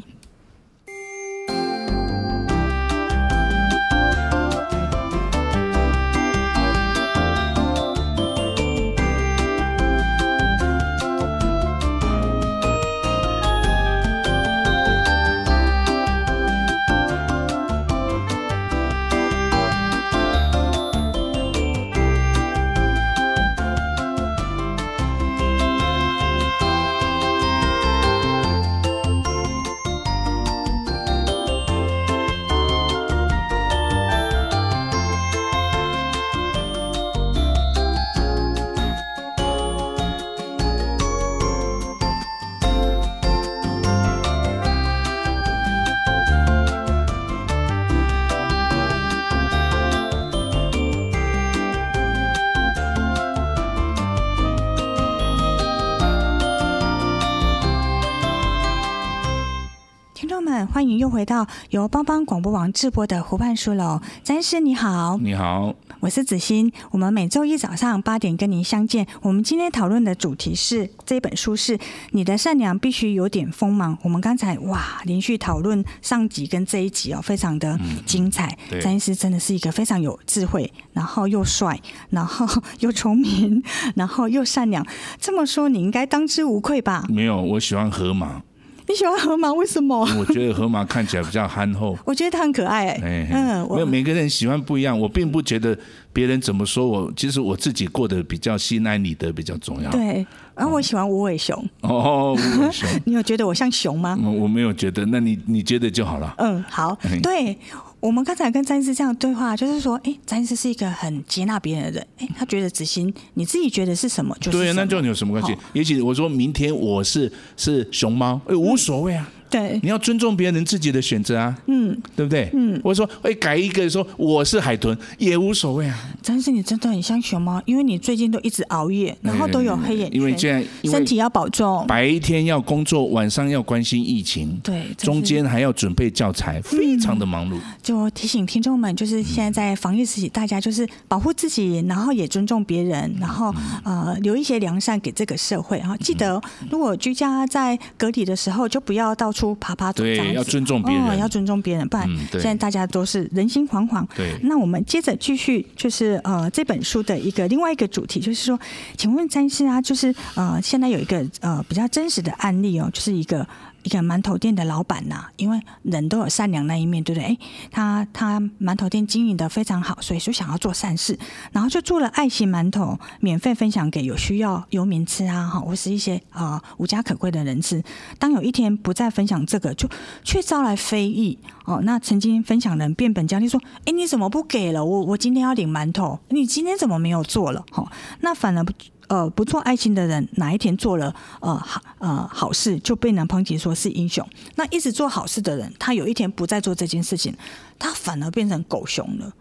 S2: 听众们，欢迎又回到由帮帮广播网直播的湖畔书楼。詹师你好，
S1: 你好，
S2: 我是子欣。我们每周一早上八点跟您相见。我们今天讨论的主题是这本书是《你的善良必须有点锋芒》。我们刚才哇，连续讨论上集跟这一集哦，非常的精彩。
S1: 嗯对
S2: 詹医师真的是一个非常有智慧，然后又帅，然后又聪明， 然后又善良。这么说，你应该当之无愧吧？
S1: 没有，我喜欢河马，
S2: 你喜欢河马，为什么？
S1: 我觉得河马看起来比较憨厚。
S2: 我觉得他很可爱、
S1: 哎，
S2: 嗯，
S1: 没有
S2: 我
S1: 每个人喜欢不一样，我并不觉得别人怎么说我，其实我自己过得比较心安理得比较重要。
S2: 对，然后我喜欢无尾熊。
S1: 哦，吴伟雄，
S2: 你有觉得我像熊吗？
S1: 我我没有觉得，那你你觉得就好了。
S2: 嗯，好
S1: 嗯，
S2: 对。我们刚才跟詹医师这样对话，就是说，哎，詹医师是一个很接纳别人的人，哎，他觉得子欣，你自己觉得是什么就是
S1: 对，啊
S2: 什
S1: 那
S2: 么
S1: 就有什么关系
S2: 好？嗯
S1: 也许我说明天我是是熊猫，哎，无所谓啊。
S2: 对
S1: 你要尊重别人自己的选择啊，
S2: 嗯，
S1: 对不对？嗯，我说，哎，改一个说我是海豚也无所谓啊，
S2: 詹医师你真的很像熊猫，因为你最近都一直熬夜，然后都有黑眼圈，
S1: 哎因为现在因
S2: 身
S1: 为
S2: 体要保重，
S1: 白天要工作，晚上要关心疫情，
S2: 对，真是嗯
S1: 中间还要准备教材，非常的忙碌。
S2: 就提醒听众们，就是现在在防疫时期，大家就是保护自己，然后也尊重别人，然后
S1: 嗯
S2: 呃留一些良善给这个社会啊。记得如果居家在隔离的时候，就不要到处爬爬走这样
S1: 对，
S2: 子
S1: 要尊重别
S2: 哦，要
S1: 人。
S2: 尊重别人，不然
S1: 嗯对
S2: 现在大家都是人心惶惶。
S1: 对
S2: 那我们接着继续，就是呃这本书的一个另外一个主题，就是说，请问詹师啊，就是呃现在有一个呃比较真实的案例哦，就是一个一个馒头店的老板呐、因为人都有善良那一面，对不对？哎，他他馒头店经营的非常好，所以就想要做善事，然后就做了爱心馒头，免费分享给有需要游民吃啊，哈，或是一些啊、呃无家可归的人吃。当有一天不再分享这个，就却招来非议哦。那曾经分享人变本加厉说：“哎，你怎么不给了我？我今天要领馒头，你今天怎么没有做了？”哈、哦，那反而不呃不做爱心的人，哪一天做了呃好呃好事，就被人抨击说是英雄。那一直做好事的人，他有一天不再做这件事情，他反而变成狗熊了。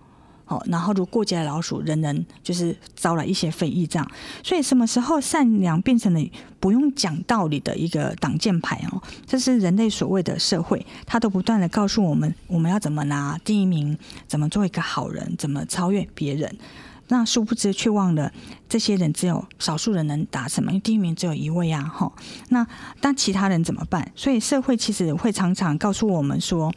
S2: 好，然后如过街的老鼠，人人就是招来一些非议，这样。所以什么时候善良变成了不用讲道理的一个挡箭牌哦？这是人类所谓的社会，它都不断的告诉我们，我们要怎么拿第一名，怎么做一个好人，怎么超越别人。那殊不知却忘了，这些人只有少数人能达成嘛，因为第一名只有一位啊，哈。那但其他人怎么办？所以社会其实会常常告诉我们说，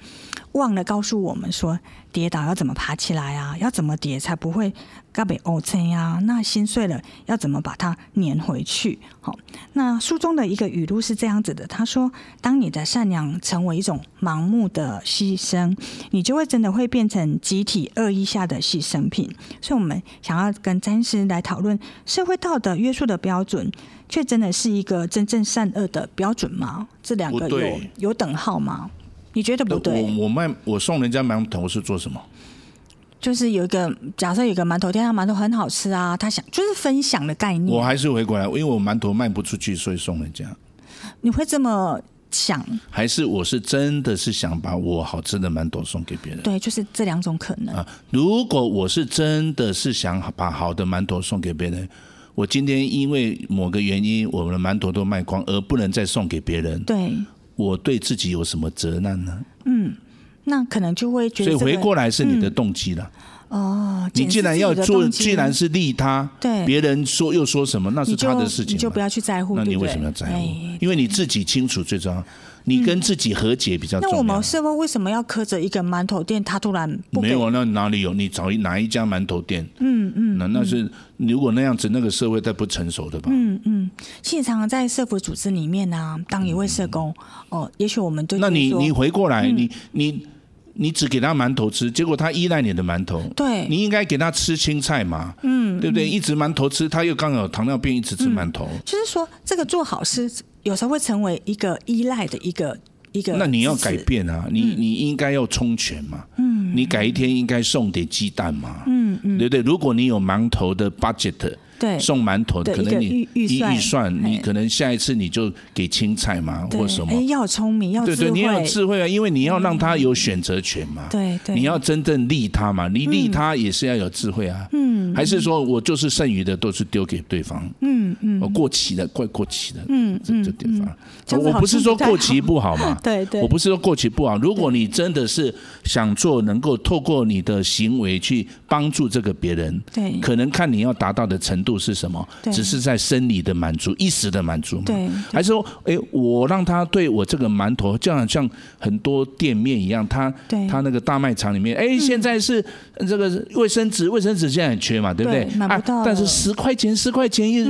S2: 忘了告诉我们说跌倒要怎么爬起来啊，要怎么跌才不会嘎哦被凹撑呀？啊那心碎了要怎么把它粘回去？好，那书中的一个语录是这样子的，他说：当你的善良成为一种盲目的牺牲，你就会真的会变成集体恶意下的牺牲品。所以，我们想要跟詹师来讨论社会道德约束的标准，却真的是一个真正善恶的标准吗？这两个
S1: 不
S2: 有
S1: 呃对
S2: 有等号吗？你觉得
S1: 那
S2: 不对？
S1: 我我卖我送人家馒头是做什么？
S2: 就是有一个假设有一个馒头店，他馒头很好吃啊，他想就是分享的概
S1: 我
S2: 念，
S1: 还是回过来，因为我馒头卖不出去，所以送人家。
S2: 你会这么想？
S1: 还是我是真的是想把我好吃的馒头送给别人
S2: 对，就是这两种可能。
S1: 啊？如果我是真的是想把好的馒头送给别人，我今天因为某个原因，我们的馒头都卖光，而不能再送给别人，
S2: 对，
S1: 我对自己有什么责难呢？
S2: 那可能就会觉
S1: 所
S2: 得、
S1: 以
S2: 这个、嗯
S1: 回过来是你的动机了。
S2: 哦，
S1: 你既
S2: 检视
S1: 然
S2: 自己
S1: 要
S2: 的
S1: 做，
S2: 动机
S1: 既然是利他，
S2: 对
S1: 别人说又说什么，那
S2: 你
S1: 是
S2: 就
S1: 他的事情
S2: 你
S1: 嘛，
S2: 就不要去在乎，
S1: 那你
S2: 对不
S1: 为
S2: 对
S1: 什么要在乎
S2: 哎？
S1: 因为你自己清楚最重要，你跟自己和解比较
S2: 嗯那我
S1: 重要
S2: 们。社会为什么要苛责一个馒头店，他突然不
S1: 没
S2: 给？
S1: 有，那哪里有？你找一哪一家馒头店？
S2: 嗯嗯
S1: 那那是如果那样子，那个社会太不成熟的吧？
S2: 嗯嗯。其实常常在社福组织里面啊，当一位社工，哦，也许我们
S1: 嗯
S2: 对
S1: 那
S2: 自己
S1: 你
S2: 说
S1: 你回过
S2: 嗯
S1: 来，你你你只给他馒头吃，结果他依赖你的馒头，
S2: 对
S1: 你应该给他吃青菜嘛，嗯，对不对？一直馒头吃，他又刚好有糖尿病，一直
S2: 嗯
S1: 吃馒头，
S2: 就是说，这个做好事有时候会成为一个依赖的一个一个。
S1: 那你要改。变啊，你
S2: 嗯
S1: 你应该要充钱嘛，嗯，你改一天应该送点鸡蛋嘛，嗯嗯，对不对？如果你有馒头的 budget，
S2: 对
S1: 送馒头的，
S2: 对
S1: 可能
S2: 一个
S1: 你
S2: 预预算
S1: 预算，你
S2: 哎
S1: 可能下一次你就给青菜嘛，
S2: 对
S1: 或什么
S2: 哎，。要有聪明，要
S1: 对
S2: 智
S1: 对，
S2: 慧，嗯
S1: 你要有智慧啊，因为你要让他有选择权嘛。
S2: 对对嗯
S1: 你要真正利他嘛，你利他也是要有智慧啊。嗯，还是说我就是剩余的都是丢给对方。嗯嗯，我过期的，快过期的。嗯这这地方，哦
S2: 这样子
S1: 我不是说
S2: 好像
S1: 过
S2: 不太好
S1: 期不好嘛。
S2: 对对
S1: 我不是说过期不好。如果你真的是想做，能够透过你的行为去帮助这个别人，
S2: 对
S1: 可能看你要达到的程度是什么，
S2: 对
S1: 只是在生理的满足、一时的满足嘛。
S2: 对
S1: 还是说，哎，我让他对我这个馒头，就好像很多店面一样，他
S2: 对嗯
S1: 他那个大卖场里面，哎，现在是这个卫生纸，卫生纸现在很缺嘛，对不对
S2: 对？买不到嗯
S1: 啊，但是
S2: 了
S1: 十块钱，十块钱一，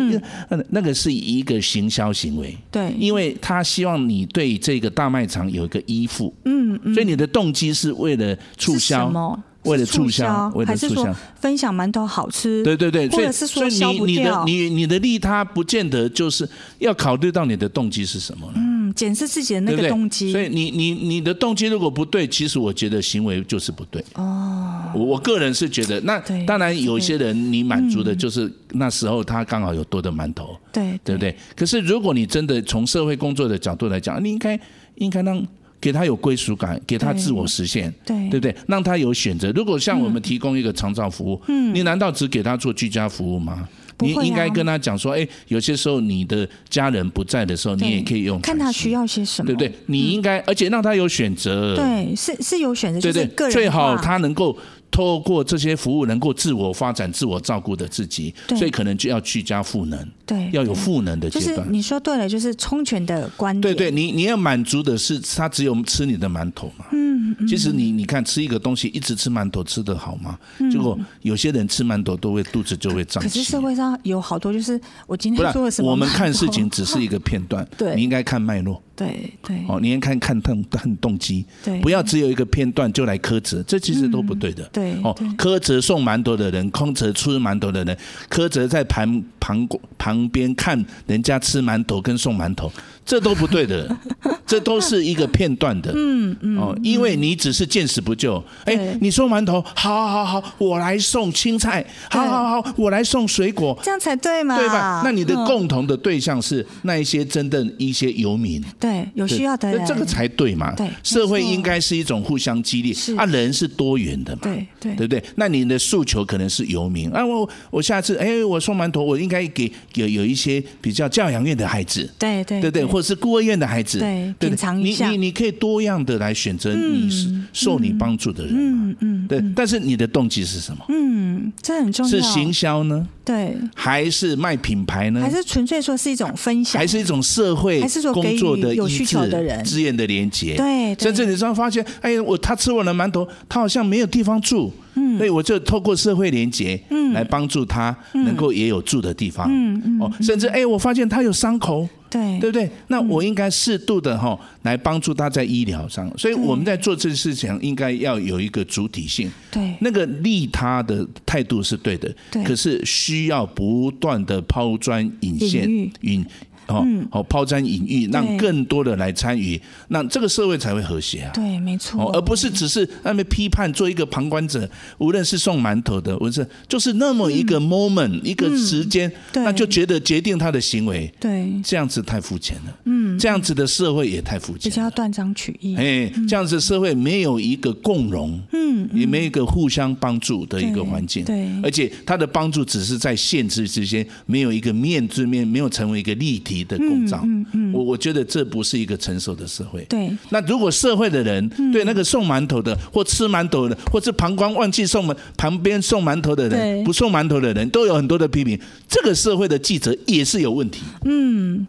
S1: 呃那个是一个行销行为。
S2: 对
S1: 因为他希望你对这个大卖场有一个依附，嗯，所以你的动机是为了促
S2: 是什
S1: 销，
S2: 么？
S1: 为了
S2: 是促
S1: 促销为了
S2: 还是
S1: 促销
S2: 说分享馒头好吃？
S1: 对对对，
S2: 或
S1: 所
S2: 者
S1: 以
S2: 是
S1: 所
S2: 说
S1: 以
S2: 消
S1: 你
S2: 不
S1: 你
S2: 掉
S1: 的？你你的利他不见得就是要考虑到你的动机是什么了，
S2: 嗯，检视自己的那
S1: 对不
S2: 个
S1: 对？
S2: 动机，
S1: 所以你你你的动机如果不对，其实我觉得行为就是不对。哦，我我个人是觉得，那
S2: 对嗯
S1: 当然有一些人你满足的就是那时候他刚好有多的馒头，
S2: 对
S1: 对不对？可是如果你真的从社会工作的角度来讲，你应该应该让给他有归属感，给他自我实现，
S2: 对
S1: 对不对？让他有选择。如果像我们提供一个长照服务，你难道只给他做居家服务吗？
S2: 嗯不
S1: 你
S2: 会啊
S1: 应该跟他讲说，哎，有些时候你的家人不在的时候，
S2: 对
S1: 你也可以用
S2: 看
S1: 餐
S2: 他
S1: 室
S2: 需，要些什么，
S1: 对不对？？你应该，而且让他有选择，
S2: 对，是是有选择，
S1: 对
S2: 就是个
S1: 对，
S2: 人
S1: 最好
S2: 化
S1: 他能够透过这些服务，能够自我发展、自我照顾的自己，
S2: 对
S1: 所以可能就要居家赋能，
S2: 对
S1: 要有
S2: 对
S1: 赋能的阶
S2: 就是
S1: 段。
S2: 你说对了，就是充权的观点，
S1: 对对，你你要满足的是他只有吃你的馒头嘛。嗯，其实你你看吃一个东西一直吃馒头吃得好吗？结果有些人吃馒头都会肚子就会胀
S2: 嗯可是
S1: 气
S2: 社。会上有好多就是我今
S1: 不
S2: 天
S1: 然
S2: 做了什么，
S1: 我们看事情只是一个片段，
S2: 对
S1: 你应该看脉络
S2: 对对
S1: 哦，你应该看看动看动机，
S2: 对嗯
S1: 不要只有一个片段就来苛责，这其实都不对的。
S2: 对
S1: 哦
S2: 对，
S1: 苛责送馒头的人，苛责吃馒头的人，苛责在旁旁旁边看人家吃馒头跟送馒头，这都不对 的，这都是一个片段的。嗯嗯。哦，因为你只是见死不救。哎
S2: 对，
S1: 你送馒头，好好好，我来送青菜，好好好，我来送水果。
S2: 这样才对嘛，
S1: 对吧？那你的
S2: 嗯
S1: 共同的对象是那一些真正一些游民，
S2: 对有
S1: 对
S2: 需要的
S1: 那
S2: 人，
S1: 这个才对嘛。
S2: 对没
S1: 社会
S2: 错
S1: 应该是一种互相激励
S2: 是
S1: 啊，人是多元的嘛。
S2: 对对
S1: 对不对？那你的诉求可能是游民啊，我我下次哎，我送馒头，我应该给有有一些比较教养院的孩子，
S2: 对对
S1: 对不对？或者是孤儿院的孩子，
S2: 对
S1: 对
S2: 品尝一下
S1: 你你你可以多样的来选择你是受你帮助的人嘛，
S2: 嗯
S1: 对。但是你的动机是什么？
S2: 嗯，这很重要。
S1: 是行销呢，
S2: 对，
S1: 还是卖品牌呢？
S2: 还是纯粹说是一种分享
S1: 还，是一种社会
S2: 还是说
S1: 工作的
S2: 给予有
S1: 一
S2: 需求的人
S1: 资源的连接。
S2: 对对
S1: 甚至你知道发现，哎，我他吃完了馒头，他好像没有地方住，嗯，所以我就透过社会连接，嗯，来帮助他
S2: 嗯
S1: 能够也有住的地方，嗯嗯，哦，甚至哎，我发现他有伤口。
S2: 对
S1: 对不对？那
S2: 嗯
S1: 我应该适度的哈、来帮助他在医疗上，所以我们在做这件事情应该要有一个主体性，
S2: 对
S1: 那个利他的态度是对的，
S2: 对
S1: 可是需要不断的抛砖引线
S2: 引玉，
S1: 引哦
S2: 嗯
S1: 哦抛砖引玉，让更多的来参与，那这个社会才会和谐啊。
S2: 对，没错，
S1: 哦，而不是只是那边批判，做一个旁观者。无论是送馒头的，无论是就是那么一个 moment，、一个时间，
S2: 嗯对
S1: 那就觉得决定他的行为，
S2: 对，
S1: 这样子太肤浅了。嗯，这样子的社会也太肤浅
S2: 比
S1: 了。
S2: 较断章取义。
S1: 哎，这样子社会没有一个共荣，嗯，也没有一个互相帮助的一个环境，
S2: 对对
S1: 而且他的帮助只是在限制之间，没有一个面对面，没有成为一个立体的共造，嗯嗯，我我觉得这不是一个成熟的社会，
S2: 对
S1: 那如果社会的人对那个送馒头的，或吃馒头的，或是旁观忘记送馒旁边送馒头的人，
S2: 对
S1: 不送馒头的人，都有很多的批评，这个社会的记者也是有问题，嗯，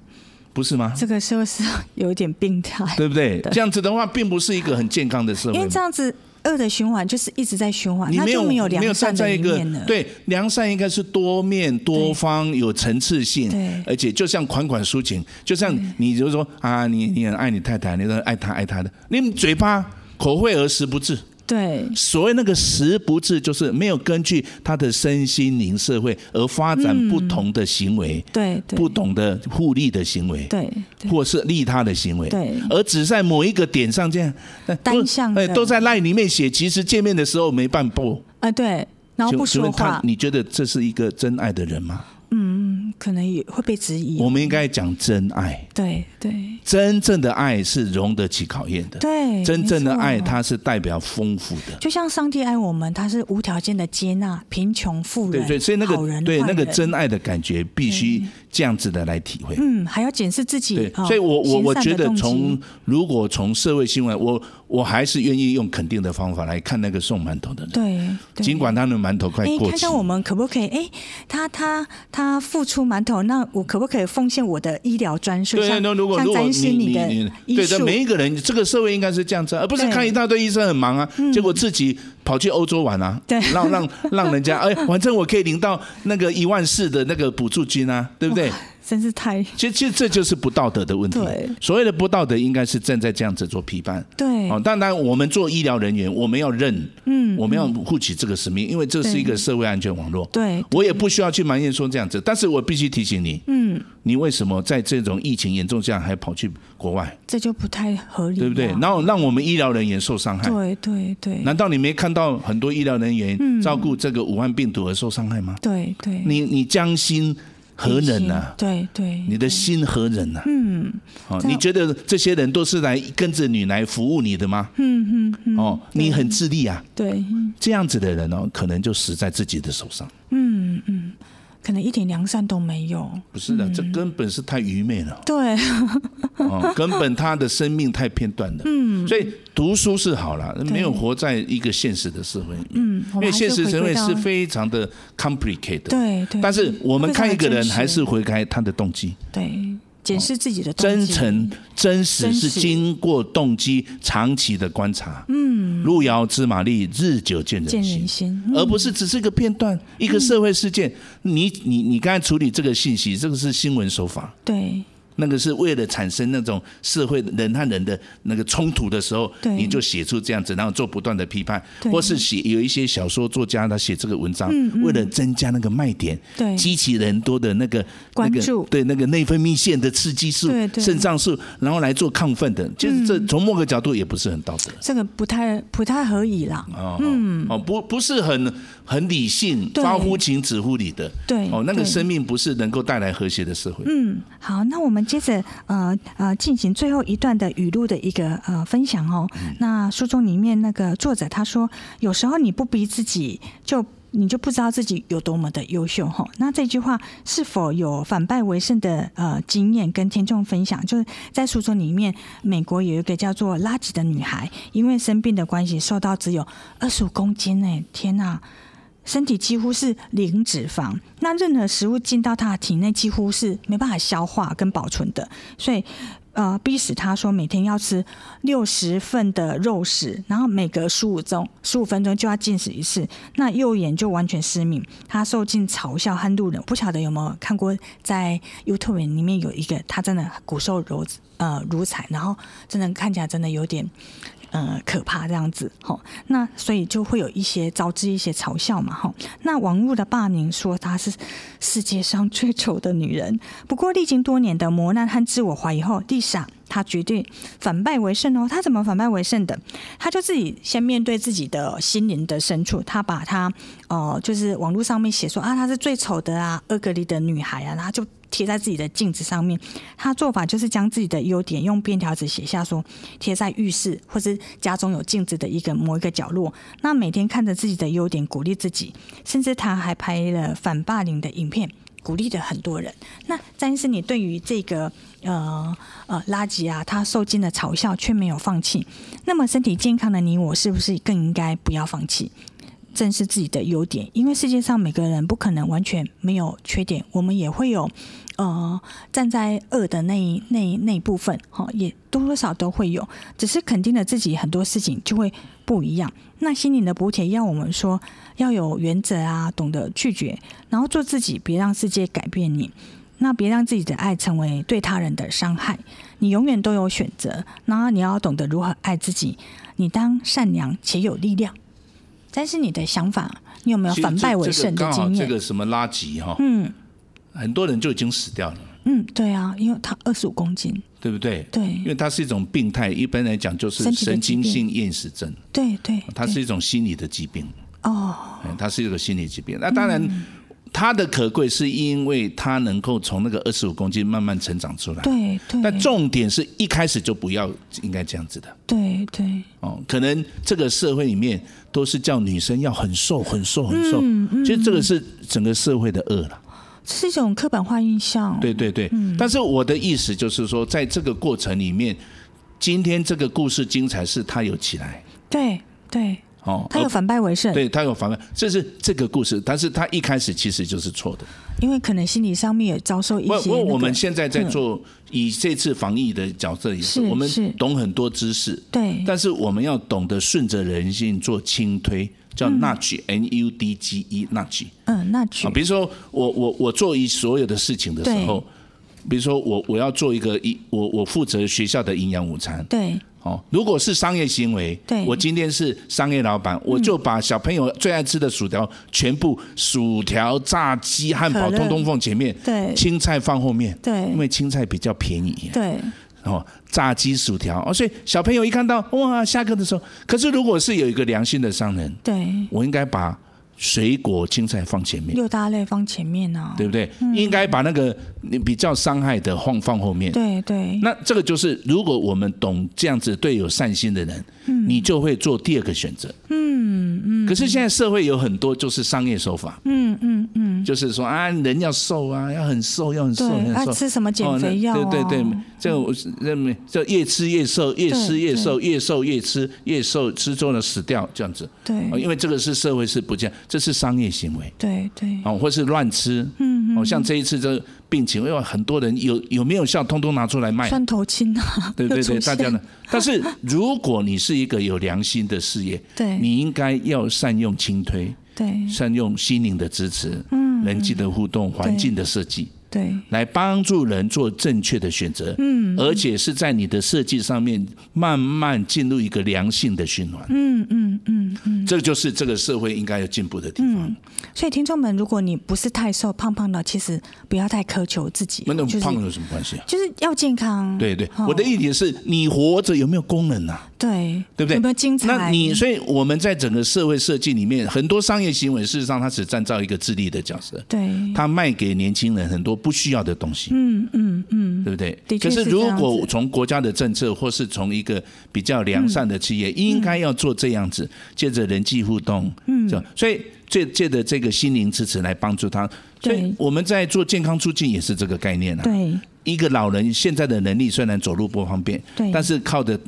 S1: 不是吗？
S2: 这个社会是有一点 病态，
S1: 对不对？这样子的话，并不是一个很健康的社会
S2: 因
S1: 嘛。
S2: 为这样子恶的循环就是一直在循环，
S1: 你
S2: 那
S1: 没
S2: 就
S1: 有
S2: 没有
S1: 没有
S2: 良
S1: 站
S2: 善
S1: 在
S2: 的
S1: 一
S2: 一
S1: 个
S2: 面了。
S1: 对良善应该是多面多方有层次性
S2: 对，
S1: 而且就像款款抒情，就像你就说啊，你你很爱你太太，你说爱她爱她的，你嘴巴口惠而实不至。
S2: 对
S1: 所谓那个实不至，就是没有根据他的身心灵社会而发展不同的行为，
S2: 嗯对对
S1: 不同的互利的行为，
S2: 对对
S1: 或是利他的行为，
S2: 对
S1: 而只在某一个点上这样呃
S2: 单
S1: 都
S2: 向的
S1: 哎，都在赖里面写，其实见面的时候没办报，
S2: 啊对，然后
S1: 请
S2: 不
S1: 请
S2: 说
S1: 问他
S2: 话，，
S1: 你觉得这是一个真爱的人吗？
S2: 嗯，可能也会被质疑。
S1: 我们应该讲真爱，
S2: 对对
S1: 真正的爱是容得起考验的，
S2: 对，
S1: 真正的
S2: 没错
S1: 爱它是代表丰富的。
S2: 就像上帝爱我们，他是无条件的接纳贫穷富
S1: 对
S2: 人，
S1: 对，所以那
S2: 好
S1: 个
S2: 人
S1: 对
S2: 坏
S1: 那个
S2: 人
S1: 真爱的感觉，必须这样子的来体会。
S2: 嗯，还要检视自己
S1: 对，。
S2: 哦
S1: 所以我我
S2: 行
S1: 我
S2: 善
S1: 觉
S2: 的
S1: 得
S2: 动机
S1: 从如果从社会新闻，我我还是愿意用肯定的方法来看那个送馒头的人，
S2: 对，对
S1: 尽管他的馒头快
S2: 哎，
S1: 过
S2: 看
S1: 期
S2: 看。我们可不可以？哎，他他他付出馒头，那我可不可以奉献我的医疗专数？
S1: 对，
S2: 像
S1: 那如果
S2: 像
S1: 如果
S2: 詹
S1: 你
S2: 心理
S1: 你
S2: 的
S1: 你
S2: 医
S1: 对
S2: 术
S1: 的，，每一个人，这个社会应该是这样子，而不是
S2: 对嗯
S1: 看一大堆医生很忙啊，结果自己跑去欧洲玩啊，
S2: 对
S1: 让让让 人家哎，反正我可以领到那个一万四的那个补助金啊，对不对？
S2: 真是太
S1: 其实，其实这就是不道德的问题
S2: 对。
S1: 所谓的不道德，应该是正在这样子做批判。
S2: 对
S1: 哦，当然，我们做医疗人员，我们要认，嗯，我们要负起这个使命，因为这是一个社会安全网络。
S2: 对
S1: 我也不需要去埋怨说这样子，但是我必须提醒你，嗯，你为什么在这种疫情严重下还跑去国外，
S2: 这就不太合理嘛，
S1: 对不对？然后让我们医疗人员受伤害。
S2: 对对对
S1: 难道你没看到很多医疗人员照顾这个武汉病毒而受伤害吗？
S2: 对对，
S1: 你你将心何忍呢、啊？
S2: 对对，
S1: 你的心何忍呐、嗯，哦，
S2: 这样
S1: 你觉得这些人都是来跟着你来服务你的吗？嗯嗯，哦，你很自立啊，
S2: 对，
S1: 这样子的人哦，可能就死在自己的手上。
S2: 可能一点良善都没有。
S1: 不是的，这根本是太愚昧了，
S2: 对，
S1: 哦，根本他的生命太片段了。嗯，所以读书是好了，没有活在一个现实的社会里面。
S2: 嗯，我
S1: 因为
S2: 们还
S1: 现实
S2: 回
S1: 社会
S2: 归到
S1: 是非常的 complicated，
S2: 对对
S1: 但是我们
S2: 非常
S1: 看一个人
S2: 真实
S1: 还是回开他的动机，
S2: 对检视自己的动
S1: 哦真
S2: 机
S1: 诚、真实
S2: 真
S1: 是
S2: 实
S1: 经过动机长期的观察。嗯，路遥知马力，日久见
S2: 见
S1: 人心
S2: 人。心，嗯
S1: 而不是只是一个片段，一个社会事件。你你你刚才处理这个信息，这个是新闻手法，
S2: 对
S1: 那个是为了产生那种社会人和人的那个冲突的时候，
S2: 对
S1: 你就写出这样子，然后做不断的批判，
S2: 对嗯
S1: 或是写有一些小说作家他写这个文章，为了增加那个卖点，
S2: 对
S1: 激起人多的那个
S2: 关
S1: 那个
S2: 注
S1: 对那个内分泌腺的刺激素
S2: 对、嗯对
S1: 肾脏素，然后来做亢奋的，就是这从某个角度也不是很道德。
S2: 这个不太不太合理啦。
S1: 哦，哦，不不是很很理性，
S2: 嗯对
S1: 发乎情止乎礼的，
S2: 对
S1: 哦，那个
S2: 对
S1: 生命不是能够带来和谐的社会，
S2: 嗯，好，那我们接着呃呃进行最后一段的语录的一个呃分享哦。那书中里面那个作者他说，有时候你不逼自己，就你就不知道自己有多么的优秀哈。那这句话是否有反败为胜的呃经验跟听众分享？就是在书中里面，美国有一个叫做拉吉的女孩，因为生病的关系，瘦到只有二十五公斤呢、天哪、身体几乎是零脂肪，那任何食物进到她的体内几乎是没办法消化跟保存的，所以呃，逼使她说每天要吃六十份的肉食，然后每隔十五钟十五分钟就要进食一次，那右眼就完全失明，她受尽嘲笑和路人。不晓得有没有看过，在 YouTube 里面有一个她真的骨瘦如呃如柴，然后真的看起来真的有点呃可怕这样子，吼，那所以就会有一些招致一些嘲笑嘛，吼。那网络的霸凌说她是世界上最丑的女人，不过历经多年的磨难和自我怀疑后，丽莎她决定反败为胜哦。她怎么反败为胜的？她就自己先面对自己的心灵的深处，她把她呃，就是网络上面写说啊，她是最丑的啊，恶格里的女孩啊，然后就贴在自己的镜子上面。她做法就是将自己的优点用便条纸写下说，贴在浴室或是家中有镜子的一个某一个角落。那每天看着自己的优点，鼓励自己，甚至她还拍了反霸凌的影片。鼓励了很多人。那詹医师，你对于这个呃呃拉吉啊，他受尽了嘲笑却没有放弃，那么身体健康的你我，是不是更应该不要放弃，正视自己的优点？因为世界上每个人不可能完全没有缺点，我们也会有呃站在恶的那一那一那一部分，哈、也多多少少都会有。只是肯定了自己很多事情就会不一样。那心灵的补铁要我们说要有原则啊，懂得拒绝，然后做自己，别让世界改变你。那别让自己的爱成为对他人的伤害。你永远都有选择，然后你要懂得如何爱自己。你当善良且有力量。但是你的想法，你有没有
S1: 其实
S2: 反败
S1: 这
S2: 为
S1: 这个
S2: 胜的
S1: 刚好
S2: 经验？
S1: 这个什么垃圾哈，
S2: 嗯
S1: 很多人就已经死掉了，
S2: 嗯，对啊，因为他二十五公斤，
S1: 对不对？
S2: 对
S1: 因为它是一种病态，一般来讲就是
S2: 身体的
S1: 神
S2: 疾
S1: 经
S2: 病
S1: 性厌食症，
S2: 对对，
S1: 它
S2: 对
S1: 是一种心理的疾病。
S2: 哦，嗯
S1: 哎，它是一个心理疾病。那当然，它的可贵是因为它能够从那个二十五公斤慢慢成长出来。
S2: 对对，
S1: 但重点是一开始就不要应该这样子的
S2: 对对
S1: 哦。可能这个社会里面都是叫女生要很瘦、很瘦、很瘦，
S2: 嗯
S1: 其实这个是整个社会的恶了。
S2: 是一种刻板化印象，
S1: 对对对，
S2: 嗯
S1: 但是我的意思就是说，在这个过程里面，今天这个故事精彩是它有起来
S2: 对对，
S1: 哦，
S2: 他有
S1: 而
S2: 反败为胜，
S1: 对它有反叛，这是这个故事，但是它一开始其实就是错的。
S2: 因为可能心理上面也遭受一
S1: 不
S2: 些、
S1: 不，
S2: 那
S1: 我
S2: 个嗯
S1: 们现在在做以这次防疫的角色也是，
S2: 是
S1: 我们
S2: 是
S1: 懂很多知识，
S2: 对
S1: 但是我们要懂得顺着人性做轻推，叫 nudge n u d g e nudge
S2: 嗯，那举
S1: 啊。比如说我我我做一所有的事情的时候，比如说我我要做一个一我我负责学校的营养午餐。
S2: 对
S1: 哦，如果是商业行为，
S2: 对嗯
S1: 我今天是商业老板，我就把小朋友最爱吃的薯条全部薯条、炸鸡、汉堡
S2: 可乐
S1: 通通放前面，
S2: 对
S1: 青菜放后面，
S2: 对
S1: 因为青菜比较便宜，
S2: 对
S1: 哦，炸鸡、薯条，哦，所以小朋友一看到哇，下课的时候，可是如果是有一个良心的商人，
S2: 对，
S1: 我应该把水果、青菜放前面，
S2: 六大类放前面啊，
S1: 对不对？应该把那个你比较伤害的放放后面，
S2: 对对
S1: 那这个就是，如果我们懂这样子对有善心的人，
S2: 嗯
S1: 你就会做第二个选择。嗯嗯。可是现在社会有很多就是商业手法，
S2: 嗯嗯嗯，
S1: 就是说啊，人要瘦啊，要很瘦，要很瘦，
S2: 对，
S1: 要
S2: 啊
S1: 很瘦。
S2: 吃什么减肥药、啊嗯
S1: 哦那对对对，这个我是认为叫越吃越瘦，越吃越瘦，越瘦越吃，越瘦吃多了死掉这样子。
S2: 对
S1: 哦因为这个是社会是不这样，这是商业行为。
S2: 对对
S1: 哦，或是乱吃，嗯，哦，像这一次这个病情，因为很多人有有没有效，通通拿出来卖，
S2: 蒜头青啊，
S1: 对对
S2: 又出
S1: 对，大
S2: 现
S1: 家呢？但是如果你是一个有良心的事业，
S2: 对
S1: 你应该要善用轻推，
S2: 对
S1: 善用心灵的支持，
S2: 嗯
S1: 人际的互动、环境的设计，
S2: 对
S1: 来帮助人做正确的选择，嗯，而且是在你的设计上面慢慢进入一个良性的循环，
S2: 嗯嗯嗯嗯，
S1: 这就是这个社会应该要进步的地方。
S2: 所以听众们，如果你不是太瘦胖胖的，其实不要太苛求自己，
S1: 那
S2: 就
S1: 跟
S2: 是
S1: 胖有什么关系啊？
S2: 就是要健康，
S1: 对对，
S2: 哦
S1: 我的意思是你活着有没有功能啊？
S2: 对
S1: 对不对？
S2: 有没有精彩？
S1: 那你所以我们在整个社会设计里面，很多商业行为事实上它只占到一个智力的角色，
S2: 对
S1: 它卖给年轻人很多不需要的东西，
S2: 嗯嗯嗯，
S1: 对不对？
S2: 的确
S1: 可
S2: 是
S1: 是如
S2: 这样子
S1: 果从国家的政策，或是从一个比
S2: 嗯
S1: 较良善的企业，应该要做这样子，借着人际互动，嗯，所以借借着这个心灵支持来帮助他。所以
S2: 对
S1: 我们在做健康促进也是这个概念啊。
S2: 对
S1: 一个老人现在的能力虽然走路不方便，
S2: 对
S1: 但是靠着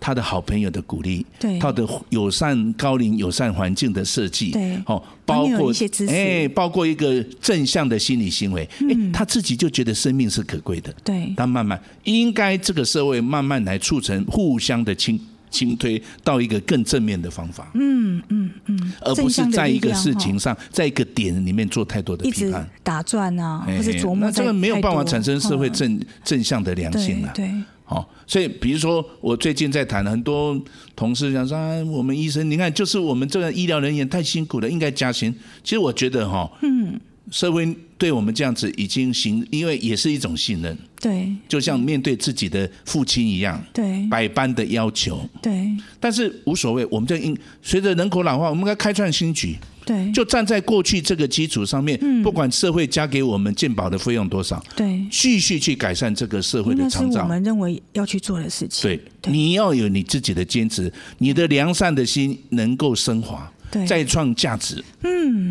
S1: 他的好朋友的鼓励，
S2: 对
S1: 靠着友善高龄友善环境的设计，
S2: 对
S1: 哦，包
S2: 帮你有
S1: 括
S2: 一些支持嗯
S1: 哎，包括一个正向的心理行为，哎，他自己就觉得生命是可贵的，
S2: 对
S1: 他慢慢应该这个社会慢慢来促成互相的倾倾推到一个更正面的方法，嗯嗯嗯，而不是
S2: 正向的
S1: 在一
S2: 力
S1: 个
S2: 量
S1: 事情上，在一个点里面做太多的
S2: 一
S1: 批
S2: 直
S1: 判。
S2: 打转啊，或是
S1: 哎
S2: 琢
S1: 那
S2: 磨在
S1: 这个没有
S2: 太
S1: 办法
S2: 多
S1: 产生社会
S2: 嗯
S1: 正正向的良性
S2: 对
S1: 啊。
S2: 对
S1: 哦，所以比如说，我最近在谈，很多同事讲说、啊，我们医生，你看，就是我们这个医疗人员太辛苦了，应该加薪。其实我觉得哈、嗯，社会对我们这样子已经行，因为也是一种信任，
S2: 对
S1: 就像面对自己的父亲一样，
S2: 对
S1: 百般的要求，
S2: 对
S1: 但是无所谓，我们这应随着人口老化，我们应该开创新局，
S2: 对
S1: 就站在过去这个基础上面，
S2: 嗯
S1: 不管社会加给我们健保的费用多少，
S2: 对，
S1: 继续去改善这个社会的
S2: 那是
S1: 长
S2: 我
S1: 照。
S2: 们认为要去做的事情。
S1: 对，你要有你自己的坚持，你的良善的心能够升华，
S2: 对
S1: 再创价值，嗯，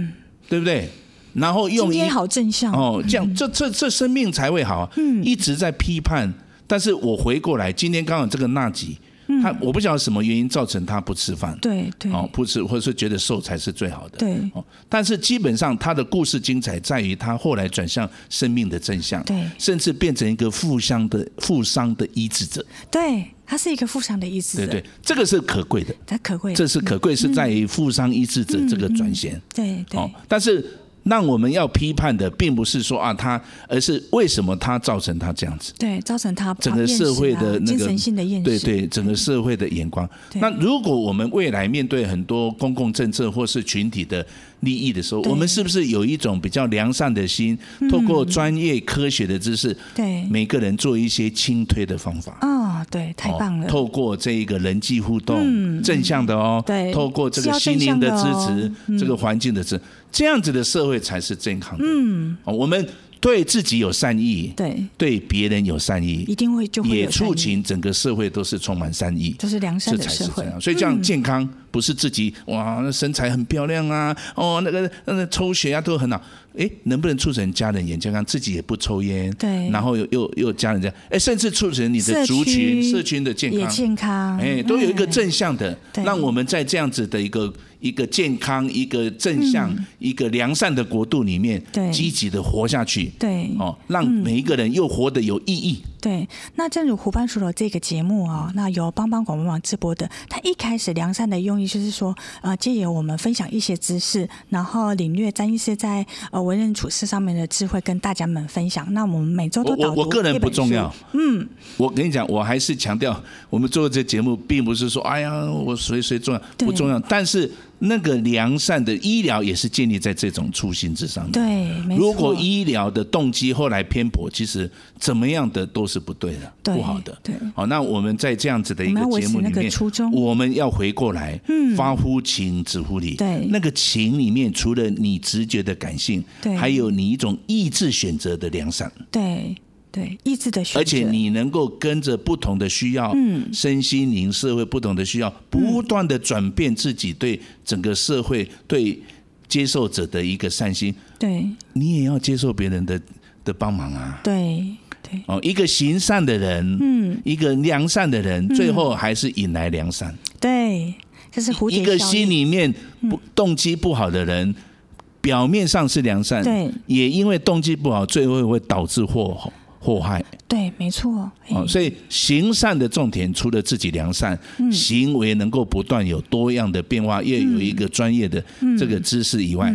S1: 对不对？然后
S2: 今
S1: 用一
S2: 天好嗯正向，
S1: 哦，这样这这这生命才会好。嗯，一直在批判，但是我回过来，今天刚好这个纳吉，他我不晓得什么原因造成他不吃饭，
S2: 对嗯对
S1: 哦，不吃或是觉得瘦才是最好的，
S2: 对
S1: 哦，但是基本上他的故事精彩在于他后来转向生命的真相，
S2: 对
S1: 甚至变成一个负伤的负伤的医治者，
S2: 对，它是一个负向的意思，
S1: 对对，这个是可贵的，
S2: 它可贵，
S1: 这是可贵是在于负伤医治者这个
S2: 嗯
S1: 转型，
S2: 对
S1: 哦
S2: 对，
S1: 但是让我们要批判的，并不是说啊他，而是为什么他造成他这样子。
S2: 对，造成他
S1: 整个社会的那
S2: 啊精
S1: 个
S2: 神性的厌世，
S1: 对对，整个社会的眼光。
S2: 对
S1: 那如果我们未来面对很多公共政策或是群体的利益的时候，
S2: 对嗯
S1: 我们是不是有一种比较良善的心，透过专业科学的知识，
S2: 对
S1: 每个人做一些轻推的方法？
S2: 啊，对，太棒
S1: 哦
S2: 了，嗯
S1: 透过这一个人际互动，正向的哦，
S2: 对
S1: 透过这个心灵的支
S2: 哦嗯
S1: 持，这个环境的支持，这样子的社会才是健康的。嗯，我们对自己有善意，
S2: 对，
S1: 对别人有善意，
S2: 一定会就会有
S1: 也促
S2: 善意，
S1: 进整个社会都是充满善意。
S2: 就是良善
S1: 这
S2: 的
S1: 才
S2: 社
S1: 是这
S2: 会，嗯
S1: 样，所以这样健康不是自己哇，那身材很漂亮啊，哦，那个那个抽血啊都很好，诶，能不能促成家人也健康，自己也不抽烟，
S2: 对
S1: 然后又又又家人这样，诶，甚至促成你的
S2: 社
S1: 族群
S2: 区
S1: 社群的健
S2: 也
S1: 康，
S2: 健康，
S1: 哎，都有一个正向的，
S2: 对
S1: 让我们在这样子的一个一个健康、一个正向、一个良善的国度里面，
S2: 嗯对
S1: 积极的活下去，
S2: 对
S1: 哦，让每一个人又活得有意义，
S2: 对，那正如湖畔书楼这个节目
S1: 嗯
S2: 啊、那由帮帮广播网直播的，它一开始良善的用意就是说，呃，借由我们分享一些知识，然后领略詹医师在呃为人处事上面的智慧，跟大家们分享。那我们每周
S1: 我
S2: 都导
S1: 我
S2: 读
S1: 我个人
S2: 一
S1: 不
S2: 本
S1: 重
S2: 书
S1: 要，，嗯，我跟你讲，我还是强调，我们做这节目并不是说，哎呀，我谁谁重要
S2: 对
S1: 不重要，但是那个良善的医疗也是建立在这种初心之上的。
S2: 对，没错，
S1: 如果医疗的动机后来偏颇，其实怎么样的都是不对的，
S2: 对
S1: 不好的。
S2: 对
S1: 好，那我们在这样子的一个
S2: 我们要维
S1: 节
S2: 持
S1: 目里
S2: 那
S1: 面
S2: 个初，衷嗯
S1: 我们要回过来，发乎情，止乎礼。
S2: 对
S1: 那个情里面，除了你直觉的感性，
S2: 对
S1: 还有你一种意志选择的良善。
S2: 对对意志的选择，
S1: 而且你能够跟着不同的需要，嗯，身心灵、社会不同的需要，不断的转变自己对整个社会、对接受者的一个善心，
S2: 对
S1: 你也要接受别人的的帮忙啊。
S2: 对对
S1: 哦，一个行善的人，嗯，一个良善的人，最后还是引来良善。
S2: 对，这是蝴蝶
S1: 一个
S2: 效
S1: 心
S2: 应
S1: 里面不动机不好的人，表面上是良善，
S2: 对
S1: 也因为动机不好，最后会导致祸祸害。
S2: 对，没错，哎
S1: 哦，所以行善的重点除了自己良善，
S2: 嗯
S1: 行为能够不断有多样的变化，又有一个专业的
S2: 嗯
S1: 这个知识以外，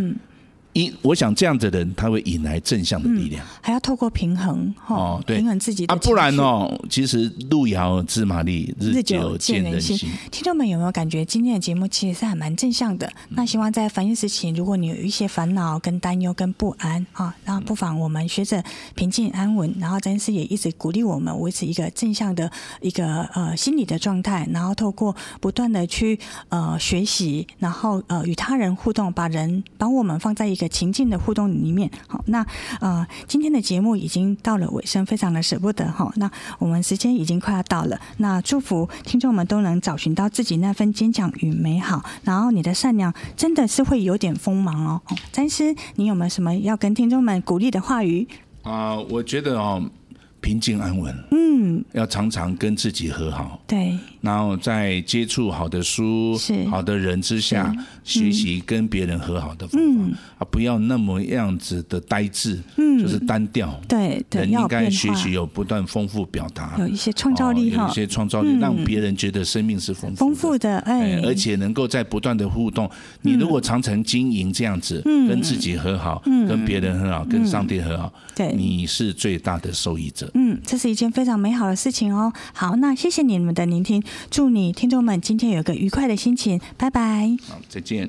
S1: 一我想这样的人他会引来正向的力量
S2: 还要透过平衡哈、
S1: 哦，对，
S2: 平衡自己的
S1: 啊，不然
S2: 情绪
S1: 哦，其实路遥知马力，
S2: 日
S1: 久
S2: 久
S1: 见
S2: 见人
S1: 心
S2: 心。。听众们有没有感觉今天的节目其实是还蛮正向的？
S1: 嗯
S2: 那希望在繁星时期，如果你有一些烦恼、跟担忧、跟不安啊，
S1: 嗯
S2: 那不妨我们学着平静安稳。然后詹医师也一直鼓励我们维持一个正向的一个呃心理的状态，然后透过不断的去呃学习，然后呃与他人互动，把人把我们放在一个的情境的互动里面。好，那呃，今天的节目已经到了尾声，非常的舍不得哈、那我们时间已经快要到了，那祝福听众们都能找寻到自己那份坚强与美好，然后你的善良真的是会有点锋芒哦。哦詹师，你有没有什么要跟听众们鼓励的话语？
S1: 啊、我觉得哦，平静安稳，
S2: 嗯，
S1: 要常常跟自己和好，
S2: 对，
S1: 然后在接触好的书
S2: 是、
S1: 好的人之下，学习跟别人和好的方法、啊，不要那么样子的呆滞，
S2: 嗯
S1: 就是单调。
S2: 对对，
S1: 人
S2: 要
S1: 应
S2: 有
S1: 该
S2: 变
S1: 学
S2: 化，
S1: 习有不断丰富表达，
S2: 有一些创造力
S1: 哦
S2: 哈嗯
S1: 有一些创造力，让别人觉得生命是丰富的
S2: 丰富的哎
S1: 哎，，而且能够在不断的互动。你如果常常经营这样子，
S2: 嗯
S1: 跟自己和好，跟别人和好，跟上帝和好，
S2: 对
S1: 你是最大的受益者。
S2: 嗯，这是一件非常美好的事情哦。好，那谢谢你们的聆听，祝你听众们今天有个愉快的心情，拜拜。
S1: 好，再见。